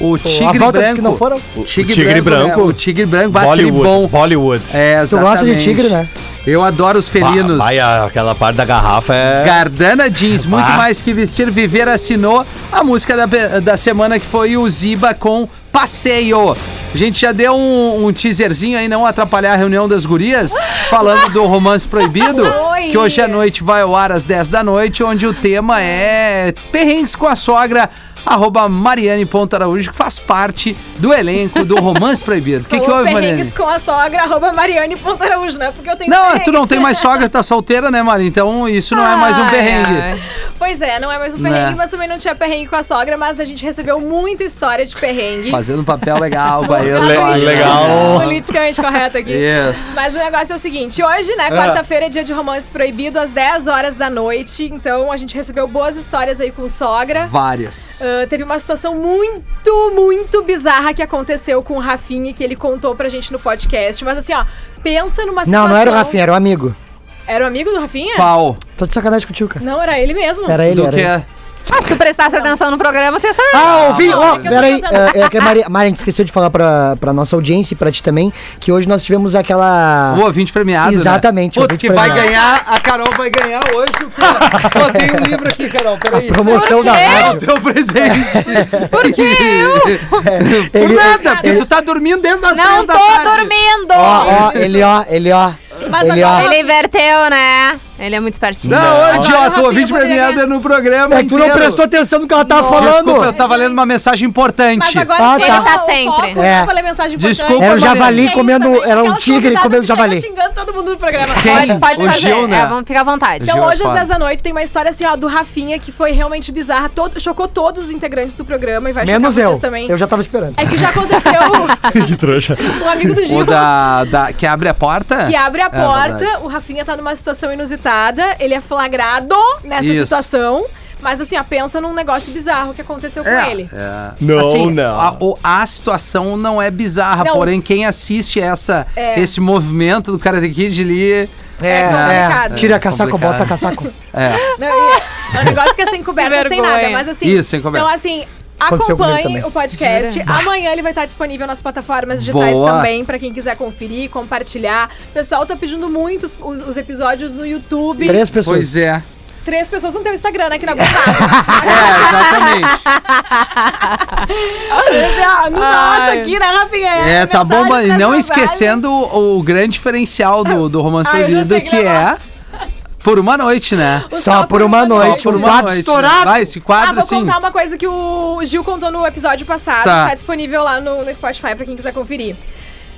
S4: O Tigre
S5: a volta dos
S4: Branco.
S5: que não foram?
S4: O Tigre,
S6: O Tigre
S4: Branco.
S6: Branco.
S4: né? O Tigre Branco bate
S6: Bollywood.
S4: bom.
S6: Bollywood.
S4: É,
S5: Tu gosta de
S4: exatamente.
S5: tigre, né?
S4: Eu adoro os felinos.
S6: Vai, aquela parte da garrafa é. [laughs]
S4: Gardana Jeans, muito
S6: Bah.
S4: mais que vestir, viver assinou a música da, pe- da semana que foi o Ziba com Passeio. A gente já deu um, um teaserzinho aí, não atrapalhar a reunião das gurias, falando do romance
S11: [laughs]
S4: proibido,
S3: Oi.
S4: que hoje à noite vai ao ar às 10 da noite, onde o tema é perrengues com a sogra. arroba mariane.araújo, que faz parte do elenco do Romance Proibido. O que, que
S11: Falou
S4: houve, Mariane?
S11: perrengues com a sogra, arroba mariane.araújo, né? Porque eu tenho
S4: Não,
S11: perrengue.
S4: tu não tem mais sogra, tá solteira, né, Mari? Então isso não é mais um
S11: Ai,
S4: perrengue.
S11: ai. Pois é, não é mais um
S4: Né.
S11: perrengue, mas também não tinha perrengue com a sogra, mas a gente recebeu muita história de
S4: [laughs]
S11: perrengue.
S4: Fazendo um papel legal, Bahia.
S11: Le-
S4: sogra.
S6: legal.
S11: Politicamente correto aqui.
S4: Isso.
S11: Mas o negócio é o seguinte: hoje, né,
S4: Ah.
S11: quarta-feira, é dia de romance proibido, às 10 horas da noite. Então a gente recebeu boas histórias aí com sogra.
S4: Várias.
S11: Ah, teve uma situação muito, muito bizarra que aconteceu com o Rafinha, que ele contou pra gente no podcast. Mas assim, ó, pensa numa
S5: Não,
S11: situação.
S5: não era o Rafinha, era o amigo.
S11: Era o amigo do Rafinha?
S5: Tô de sacanagem contigo, cara.
S11: Não, era ele mesmo.
S5: Era ele,
S4: Do
S5: era
S4: que
S5: ele.
S4: é?
S3: Ah, se tu prestasse atenção no programa, tu ia saber.
S5: Ah, ouvi!
S11: Não,
S5: ó,
S11: é que eu tô
S5: peraí,
S11: tentando.
S5: é, é que a Mari, Mari, a gente esqueceu de falar pra, pra nossa audiência e pra ti também, que hoje nós tivemos aquela...
S4: O ouvinte premiado.
S5: Ah. Exatamente,
S4: Né?
S5: o
S4: Outro
S5: ouvinte
S4: que vai
S5: premiado.
S4: ganhar, a Carol vai ganhar hoje. o cara. Pô, tem um livro aqui, Carol, peraí.
S5: Promoção da
S4: É o
S5: rádio.
S4: teu
S11: [laughs]
S4: presente. Por que eu? Por
S5: Ele-
S4: nada, porque tu tá dormindo desde as
S3: Não
S4: três da
S3: tô
S4: tarde.
S3: dormindo!
S5: Ó, ó, ele, ó, ele, ó.
S11: Mas
S5: ele, é
S11: agora-
S5: ó.
S3: Ele inverteu, né? Ele é muito espertinho.
S4: Não,
S11: Agora o
S4: idiota, o
S11: Rafinha
S4: ouvinte
S11: poderia
S4: premiado
S11: ganhar.
S4: é no programa
S5: É que tu não
S4: inteiro.
S5: prestou atenção no que ela tava
S4: Desculpa, eu
S5: falando.
S4: tava lendo uma mensagem importante.
S11: Mas agora
S5: Ah,
S11: chega
S5: tá.
S11: o
S3: Tá sempre.
S11: Foco,
S5: É.
S11: é. falei mensagem importante.
S4: Desculpa,
S5: Era o javali
S11: Tem É isso
S5: comendo-
S11: também,
S5: era um
S11: aquelas
S5: tigre
S11: convidadas
S5: comendo
S11: que chegam
S5: javali.
S11: xingando todo mundo
S4: [laughs]
S11: no programa.
S4: Quem?
S3: Pode, pode
S4: O
S3: fazer.
S4: Gil, né?
S3: É, vamos ficar à vontade.
S4: Gil.
S11: Então, hoje às
S4: Giovanni.
S11: 10 da noite tem uma história assim, ó, do Rafinha, que foi realmente bizarra. Todo, chocou todos os integrantes do programa e vai
S5: Menos
S11: chocar
S5: eu.
S11: vocês também.
S5: Eu já tava esperando.
S11: É que
S5: [laughs]
S11: já aconteceu
S6: Que trouxa.
S11: o amigo do Gil.
S4: O da, da- Que abre a porta?
S11: Que abre a
S4: É,
S11: porta,
S4: verdade.
S11: o Rafinha tá numa situação inusitada, ele é flagrado nessa
S4: Isso.
S11: situação. Mas assim, ó, pensa num negócio bizarro que aconteceu com
S4: É,
S11: ele.
S4: é.
S6: Não,
S4: Assim,
S6: não.
S4: A, o- a situação não é bizarra,
S11: Não.
S4: porém quem assiste essa,
S11: É.
S4: esse movimento do Karate Kid ali...
S5: É,
S11: complicado.
S5: Tira casaco,
S4: complicado.
S5: bota casaco.
S4: É.
S11: Não, e- é um negócio que é sem coberta,
S3: Que
S11: sem nada.
S3: vergonha.
S11: Mas assim,
S4: Isso, sem coberta.
S11: então assim,
S5: Aconteceu comigo
S11: acompanhe
S5: também.
S11: o podcast. Amanhã ele vai estar disponível nas plataformas digitais
S4: Boa.
S11: também, pra quem quiser conferir, compartilhar. O pessoal tá pedindo muitos os, os episódios no YouTube. Três,
S5: Três pessoas.
S4: Pois [laughs] é.
S11: pessoas não têm o Instagram né, que não aguentaram.
S4: É, exatamente.
S11: Ah, no nosso
S3: Ai.
S11: aqui, né, Rafinha?
S4: É, tá
S11: Aniversário,
S4: bombando. E
S11: festa
S4: não
S11: vale.
S4: esquecendo o, o grande diferencial do, do Romance
S11: Ah, eu já
S4: Proibido,
S11: sei
S4: que,
S11: que não
S4: é por uma noite, né?
S11: O
S5: Só por uma noite.
S4: Só por
S5: um
S4: uma
S5: quadro
S4: noite. né?
S5: estourado.
S4: Vai, esse
S11: Ah,
S4: quadro,
S11: vou
S4: assim.
S11: contar uma coisa que o Gil contou no episódio passado.
S4: Tá.
S11: Tá, disponível lá no, no Spotify pra quem quiser conferir.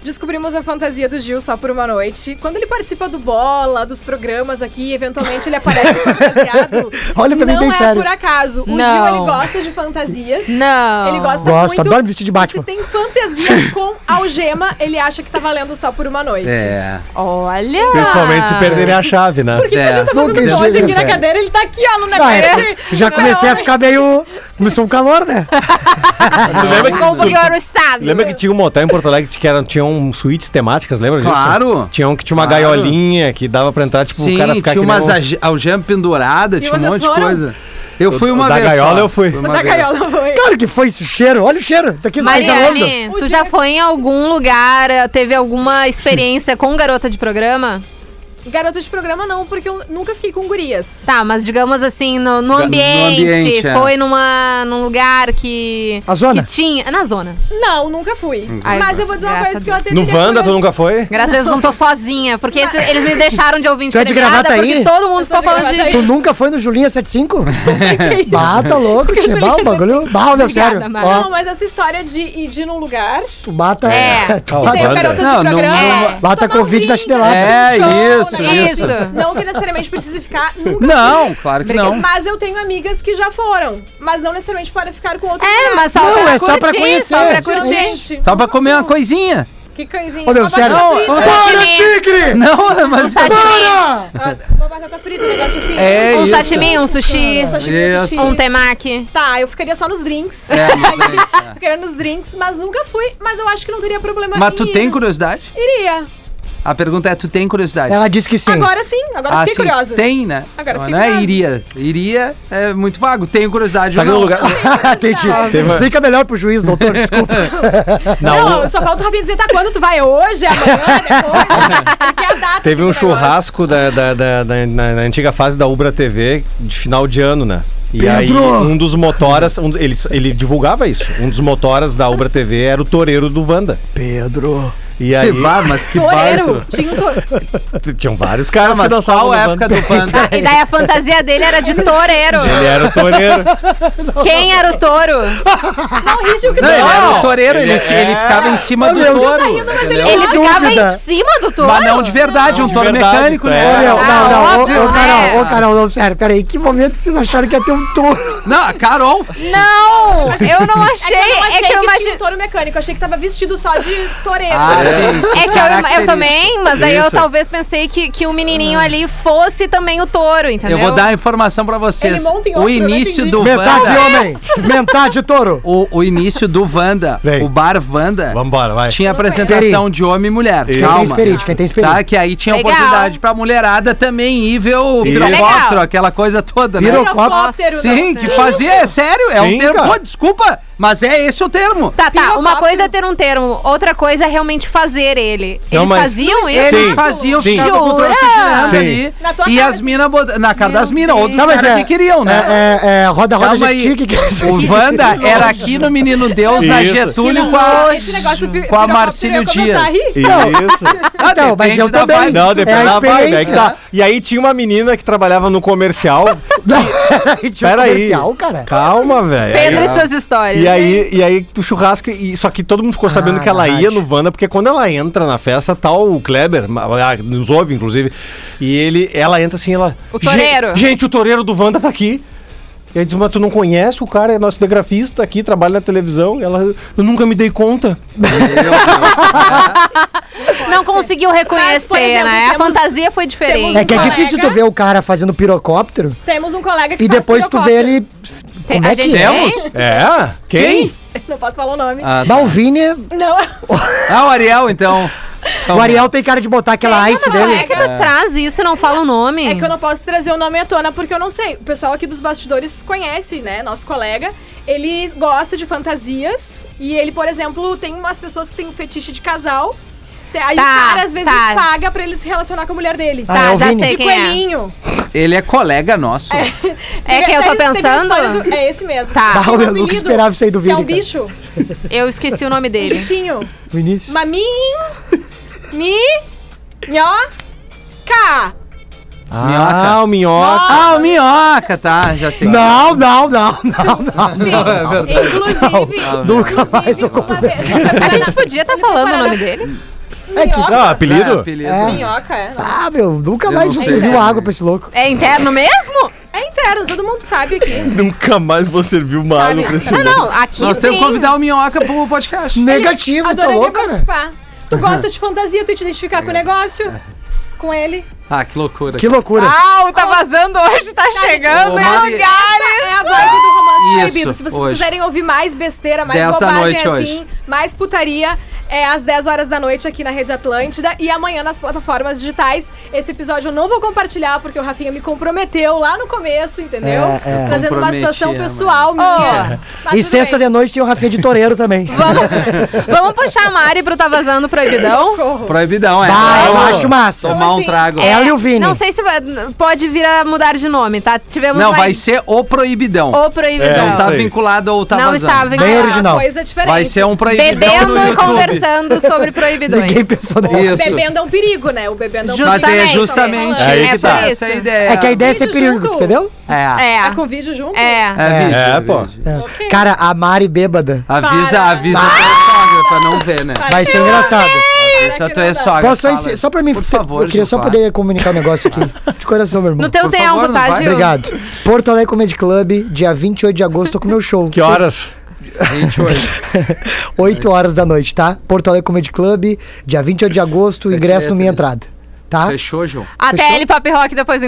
S11: Descobrimos a fantasia do Gil só por uma noite. Quando ele participa do Bola, dos programas aqui, eventualmente
S5: [laughs]
S11: ele aparece fantasiado.
S5: Olha pra mim
S11: Não
S5: bem
S11: é
S5: sério.
S11: por acaso. O Gil,
S3: Não.
S11: ele gosta de fantasias.
S3: Não.
S11: Ele gosta
S5: Gosto,
S11: muito.
S5: adoro me vestir de Batman.
S11: Se
S5: [laughs]
S11: tem fantasia com algema, ele acha que tá valendo só por uma noite.
S4: É.
S3: Olha!
S6: Principalmente se perderem a chave, né?
S11: Porque
S4: É.
S11: é. a gente tá
S5: Nunca
S11: fazendo pose
S5: existe,
S11: aqui na
S5: velho.
S11: cadeira, ele [laughs] tá aqui, ó, no
S5: Ah, é,
S11: negócio.
S5: já
S11: Não,
S5: comecei a
S11: homem.
S5: ficar meio. Começou um calor, né?
S6: Tu lembra que,
S3: Como porque o Ouro sabe.
S6: lembra que tinha um motel em Porto Alegre que era, tinha um suítes temáticas, lembra disso?
S4: Claro.
S6: Tinha um que tinha uma
S4: Claro.
S6: gaiolinha que dava pra entrar, tipo, o cara
S4: Sim,
S6: ficar
S4: tinha
S6: que nem
S4: umas
S6: um-
S4: alge- algemas penduradas,
S11: E
S4: tinha um
S11: vocês
S4: monte de
S11: foram?
S4: coisa. Eu fui
S6: o
S4: uma
S6: da
S4: vez.
S6: gaiola
S4: só.
S6: eu fui.
S4: uma
S11: Da
S4: vez.
S11: gaiola, tá foi.
S5: Claro que foi esse cheiro. Olha o cheiro. Tá aqui no
S3: Mariane,
S11: O
S3: tu
S11: Gil-
S3: já foi em algum lugar, eh, teve
S11: [laughs]
S3: alguma experiência com garota de programa?
S11: Garota de programa não, porque eu nunca fiquei com gurias.
S3: Tá, mas digamos assim, no, no
S4: Ga- no
S3: ambiente,
S4: ambiente, é.
S3: foi numa, num lugar que,
S5: A zona?
S3: que tinha... Na zona.
S11: Não, nunca fui.
S3: Ai,
S11: Mas eu vou dizer uma
S3: graças
S11: coisa que eu
S3: a
S11: até
S6: No
S11: teria
S6: Wanda, tu
S11: curiosidade.
S6: nunca foi?
S3: Graças a Deus não tô sozinha, porque esses- eles me deixaram de ouvir
S5: Tu é de gravata aí?
S3: porque todo mundo
S11: Eu sou
S3: ficou
S11: de
S3: falando
S11: gravata
S3: de...
S11: aí.
S5: Tu nunca foi no Julinha 75? bah, tá louco,
S11: Porque
S5: tchê.
S11: Julinha
S5: Bah, o bagulho. Bah, meu,
S3: Obrigada,
S5: sério.
S3: Mari.
S5: [laughs] Ó,
S11: Não, mas essa história de ir de ir num lugar,
S5: tu bata.
S3: É.
S5: tu bata-
S11: tem o
S6: Wanda.
S11: garotas
S4: Não,
S11: de
S4: não-
S11: programa.
S3: não-
S5: Bata
S11: tomar um
S5: Covid da
S11: vinho,
S5: chinelada.
S11: fazer um
S4: É,
S11: show,
S4: isso,
S11: né?
S3: isso.
S11: Não que necessariamente precise ficar nunca.
S4: Não, claro que não.
S11: [laughs] Mas eu tenho amigas que já foram, mas não necessariamente podem ficar com outros.
S3: É, mas só
S5: Não,
S3: pra
S5: é
S3: curtir,
S5: só pra conhecer.
S3: só pra
S11: curtir.
S3: curtir.
S4: Só pra comer uma coisinha.
S11: Que coisinha.
S5: Ô, meu,
S11: Uma
S5: sério.
S4: assim.
S11: batata frita.
S5: Para, tigre!
S4: Não, mas. tá
S5: Para!
S11: Ah, Uma batata frita, um negócio assim.
S4: É
S3: Um
S4: isso.
S3: sashimi, um sushi,
S11: Sashimi,
S4: Isso.
S3: um
S11: sushi.
S3: temaki.
S11: Tá, eu ficaria só
S4: [laughs]
S11: nos drinks.
S4: É, não sei, é.
S11: Ficaria nos drinks, mas nunca fui. Mas eu acho que não teria problema
S4: Mas
S11: em
S4: tu
S11: ir.
S4: tem curiosidade?
S11: Iria.
S4: A pergunta é: tu tem curiosidade?
S5: Ela disse que sim.
S11: Agora sim, agora
S4: Ah,
S11: fiquei
S4: sim,
S11: curiosa. [laughs]
S4: Tem, né?
S11: Agora
S4: não
S11: fiquei
S4: não é
S11: curiosa.
S4: iria. Iria é muito vago. Tenho curiosidade.
S6: Sabe
S4: ou
S6: Tá no
S4: não. [laughs]
S6: lugar.
S4: Ah,
S5: Entendi.
S6: Teve-
S5: Explica melhor pro juiz, doutor, desculpa.
S4: [laughs]
S11: Não, só falta o Rafinha dizer, tá, quando tu vai? É Hoje? É amanhã? Depois? Tem que a data
S6: Teve
S11: do
S6: um
S11: negócio.
S6: churrasco da, da, da- da- na, na antiga fase da Ubra TV de final de ano, né? E aí,
S5: Pedro!
S6: um dos motoras, um, ele, ele divulgava isso. Um dos motoras da Ubra TV era o toureiro do Wanda.
S5: Pedro.
S6: E aí...
S4: vá, mas que
S11: Toureiro, tinha um touro.
S6: Tinham vários caras
S4: mas
S6: que dançavam
S4: qual
S6: no
S4: época
S6: bando.
S4: do bando?
S3: Ah, e daí a fantasia dele era
S5: [laughs]
S3: de toureiro.
S6: [laughs] Ele era o toureiro.
S3: Quem era o touro?
S11: Não ri, Gil, que
S4: Não, ele era o
S6: Não,
S4: toureiro, ele,
S6: ele
S4: se-
S6: é-
S4: ele ficava em cima do
S5: meu Deus,
S4: touro.
S11: tá rindo, mas ele
S4: entendeu?
S3: Ele ficava
S5: dúvida.
S3: em cima do touro?
S4: Mas não de verdade,
S6: Não,
S4: um
S6: de
S4: touro
S6: verdade,
S4: mecânico,
S6: tu
S5: Ô,
S6: é.
S4: né?
S5: meu,
S3: Ah,
S5: não, não, ô,
S3: óbvio,
S5: ô, Carol,
S3: né?
S5: ô, Carol, não, sério, peraí, que momento que vocês acharam que ia ter um touro?
S4: Não, a Carol.
S3: Não, eu não
S11: É que
S3: achei.
S11: eu não achei
S3: É que eu
S11: que tinha um
S3: imagino.
S11: touro mecânico, achei que tava vestido só de toureiro.
S4: Ah, sim.
S3: É que eu, eu também, mas aí eu
S4: Isso.
S3: talvez pensei que, que o menininho ali fosse também o touro, entendeu?
S4: Eu vou dar a informação pra vocês.
S11: Ele monta em
S4: O
S11: outro, né, eu
S4: início
S11: entendi.
S4: do
S5: Metade
S4: Wanda.
S5: homem, metade touro.
S4: O, o início do Wanda,
S6: Vem.
S4: o bar Wanda,
S6: Vambora, vai.
S4: tinha apresentação de homem e mulher.
S6: Quem tem
S4: Calma.
S5: Quem tem esperite, quem tem esperite.
S4: Tá, que aí tinha
S3: Legal.
S4: oportunidade pra mulherada também ir ver o
S6: Isso.
S4: pirocóptero,
S3: Legal.
S4: aquela coisa toda, né?
S5: Pirocóptero.
S11: Pirocóptero, não
S4: Sim,
S11: sei.
S4: que fazia, é sério, é um
S6: Sim,
S4: termo.
S6: cara.
S4: Pô, desculpa, mas é esse o termo.
S3: Tá, tá. Uma
S11: Pirocóptero.
S3: coisa é ter um termo, outra coisa é realmente fazer ele. Eles
S6: Não, mas-
S3: faziam isso?
S4: Eles
S6: Sim.
S4: faziam,
S6: Sim.
S4: ficava com o né? troço
S3: Jura?
S4: girando
S6: Sim.
S4: ali.
S11: Na tua
S4: E
S11: cara,
S4: as
S11: assim.
S4: minas botando. Na cara das minas, outros
S5: Não, mas
S4: caras
S5: é-
S4: que queriam, né?
S5: É, é, é, roda, roda,
S4: Calma aí.
S5: gente, que que é isso
S4: O
S5: aí?
S4: Wanda era aqui no Menino Deus, na
S6: Isso.
S4: Getúlio
S11: Que
S4: com a.
S11: nojo. Esse negócio do pi-
S4: com a
S11: pirocóptero,
S4: Marcílio
S11: eu começo
S4: Dias.
S11: a rir.
S6: Isso.
S4: Ah,
S5: Então, mas
S4: depende
S5: eu
S4: da
S5: também.
S4: vibe.
S6: Não, depende
S5: É a
S6: da vibe. aí que
S5: experiência. [laughs]
S6: tá. E aí tinha uma menina que trabalhava
S4: [laughs]
S6: no comercial.
S5: Tinha um
S6: Peraí.
S5: comercial, cara.
S6: Calma, velho.
S3: Pedro e suas histórias.
S6: E aí, e aí o churrasco, e, só que todo mundo ficou sabendo que ela ia
S5: verdade.
S6: no Wanda, porque quando ela entra na festa, tal o Kleber, ma- ah, nos ouve, inclusive, e ele, ela entra assim, ela.
S3: O toureiro.
S6: "Gen- Gente, o toureiro do Wanda tá aqui. E aí diz, mas tu não conhece o cara, é nosso telegrafista aqui, trabalha na televisão. E ela, eu nunca me dei conta.
S3: Não conseguiu reconhecer,
S11: Mas, por exemplo,
S3: né? a
S11: temos-
S3: fantasia foi diferente.
S5: É que é
S11: colega.
S5: difícil tu ver o cara fazendo pirocóptero
S11: Temos um colega que
S5: e
S11: faz
S5: depois tu vê
S11: pirocóptero.
S5: ele.
S3: Tem-
S5: Como
S3: a
S5: é que
S3: gente
S5: é?
S3: tem?
S6: É? Quem?
S11: Não posso falar o nome.
S4: Ah, tá.
S5: Balvini,
S11: Não.
S4: Ah, o Ariel, então.
S5: o Ariel tem cara de botar aquela
S11: É,
S5: ice
S11: não, mas
S5: dele.
S11: é
S3: Por que tu traz isso e não fala o nome?
S11: É que eu não posso trazer o nome à tona porque eu não sei. O pessoal aqui dos bastidores conhece, né? Nosso colega. Ele gosta de fantasias e ele, por exemplo, tem umas pessoas que tem um fetiche de casal. Te- Aí
S3: Tá,
S11: o cara às vezes
S3: tá.
S11: paga pra ele se relacionar com a mulher dele. Tipo,
S5: Ah, é
S3: Tá,
S5: o
S3: já
S5: Vini.
S3: sei
S11: De
S3: quem é.
S11: coelhinho.
S4: Ele é colega nosso.
S3: É que eu tô
S11: Teve- teve a
S3: pensando.
S11: história do- É esse mesmo.
S3: Tá.
S11: Tem
S5: Ah, eu nunca
S11: apelido,
S5: esperava isso aí do
S11: que
S5: Vini.
S11: É um
S5: cara.
S11: bicho.
S3: Eu esqueci o nome dele.
S11: Bichinho.
S5: Vinícius.
S11: Mamin. Mi. Nhó. Cá.
S4: Minhoca.
S6: Ah, o minhoca.
S4: Ah, o minhoca, tá, já sei.
S5: Não, não, não, não, não.
S4: Não, é verdade.
S11: Inclusive.
S5: Nunca mais eu
S11: uma vez.
S3: A gente podia estar falando o nome dele. tipo,
S11: Minhoca.
S6: Ah, apelido?
S4: É, apelido.
S5: É.
S11: Minhoca, é.
S5: Ah, meu, nunca
S4: Eu
S5: mais
S4: não
S5: você
S4: sei.
S5: viu água pra esse louco.
S3: É interno mesmo?
S11: É interno, todo mundo sabe aqui.
S6: Nunca mais você viu uma
S11: Sabe?
S3: Não, Ah, não, aqui
S4: Nós temos
S3: sim.
S4: um que convidar o minhoca pro podcast.
S5: Negativo, tá
S11: Adoraria
S4: né?
S5: louco, cara?
S11: participar. Tu gosta de fantasia, tu ia te identificar com o negócio? Com ele?
S4: Ah, que loucura.
S5: Que loucura.
S3: Uau, tá vazando hoje, tá
S4: Oh. Ô,
S3: chegando em
S4: Mari-
S3: lugares.
S11: É a vibe do romance
S4: Isso,
S11: proibido. Se vocês
S4: hoje.
S11: quiserem ouvir mais besteira, mais
S4: 10 da
S11: bobagem
S4: noite
S11: assim, mais putaria, é às 10 horas da noite aqui na Rede Atlântida e amanhã nas plataformas digitais. Esse episódio eu não vou compartilhar porque o Rafinha me comprometeu lá no começo, entendeu?
S5: É, é.
S11: Trazendo uma
S4: Comprometi,
S11: situação
S4: é,
S11: pessoal minha.
S5: E
S11: Mas tá tudo
S5: sexta
S11: bem.
S5: de noite tinha o Rafinha de Toreiro também.
S3: Vamos, vamos puxar a Mari pro Tá Vazando Proibidão?
S11: Socorro.
S4: Proibidão, é.
S5: Ah, eu
S4: Vamos
S5: acho massa.
S4: Tomar um
S11: assim,
S4: trago.
S3: é,
S5: Ela e o Vini.
S3: Não sei se vai- pode vir a mudar de nome, tá? Tivemos
S4: Não, vai
S3: mais
S4: ser o proibidão.
S3: o
S6: É,
S3: Proibidão.
S4: Não tá
S6: sei.
S4: vinculado ao tá
S3: Não
S4: vazando.
S3: estava
S5: Bem
S3: em-
S5: original.
S11: Coisa diferente.
S4: Vai ser um proibidão
S3: Bebendo
S4: do
S3: e
S4: YouTube.
S3: conversando sobre proibidões.
S5: Ninguém pensou nela.
S4: Isso.
S11: Bebendo é um perigo, né? O bebendo é um perigo.
S4: Mas é
S3: Justamente.
S4: justamente
S6: É
S4: isso.
S6: isso.
S4: tá, essa é a ideia.
S5: É que a ideia é ser
S11: Tudo
S5: perigo,
S11: junto.
S5: entendeu?
S4: É.
S3: É.
S11: É com vídeo junto?
S3: É.
S4: É, vídeo,
S6: É,
S4: é
S6: pô.
S4: vídeo.
S11: Ok.
S5: Cara, a Mari bêbada.
S4: Avisa,
S11: Para.
S4: avisa a tua sogra pra não ver, né?
S5: Vai ser engraçado.
S4: Avisa a tua
S11: Para que não dá.
S4: sogra.
S5: Posso só,
S4: fala.
S5: ensi- só pra mim,
S4: Por
S5: fe-
S4: favor,
S5: eu queria só
S4: Gilmar.
S5: poder comunicar um negócio aqui. De coração, meu irmão.
S3: No teu
S4: Por
S3: tempo,
S4: favor, não
S3: tá,
S4: vai.
S3: Gil?
S5: Obrigado. Porto Alegre Comedy Club, dia 28 de agosto, tô com o meu show. [laughs]
S6: Que horas?
S4: 28.
S5: 8 horas da noite, tá? Porto Alegre Comedy Club, dia 28 de agosto, ingresso no minha entrada. Tá?
S4: Fechou, João?
S3: Até
S5: Fechou?
S3: ele, Pop Rock, depois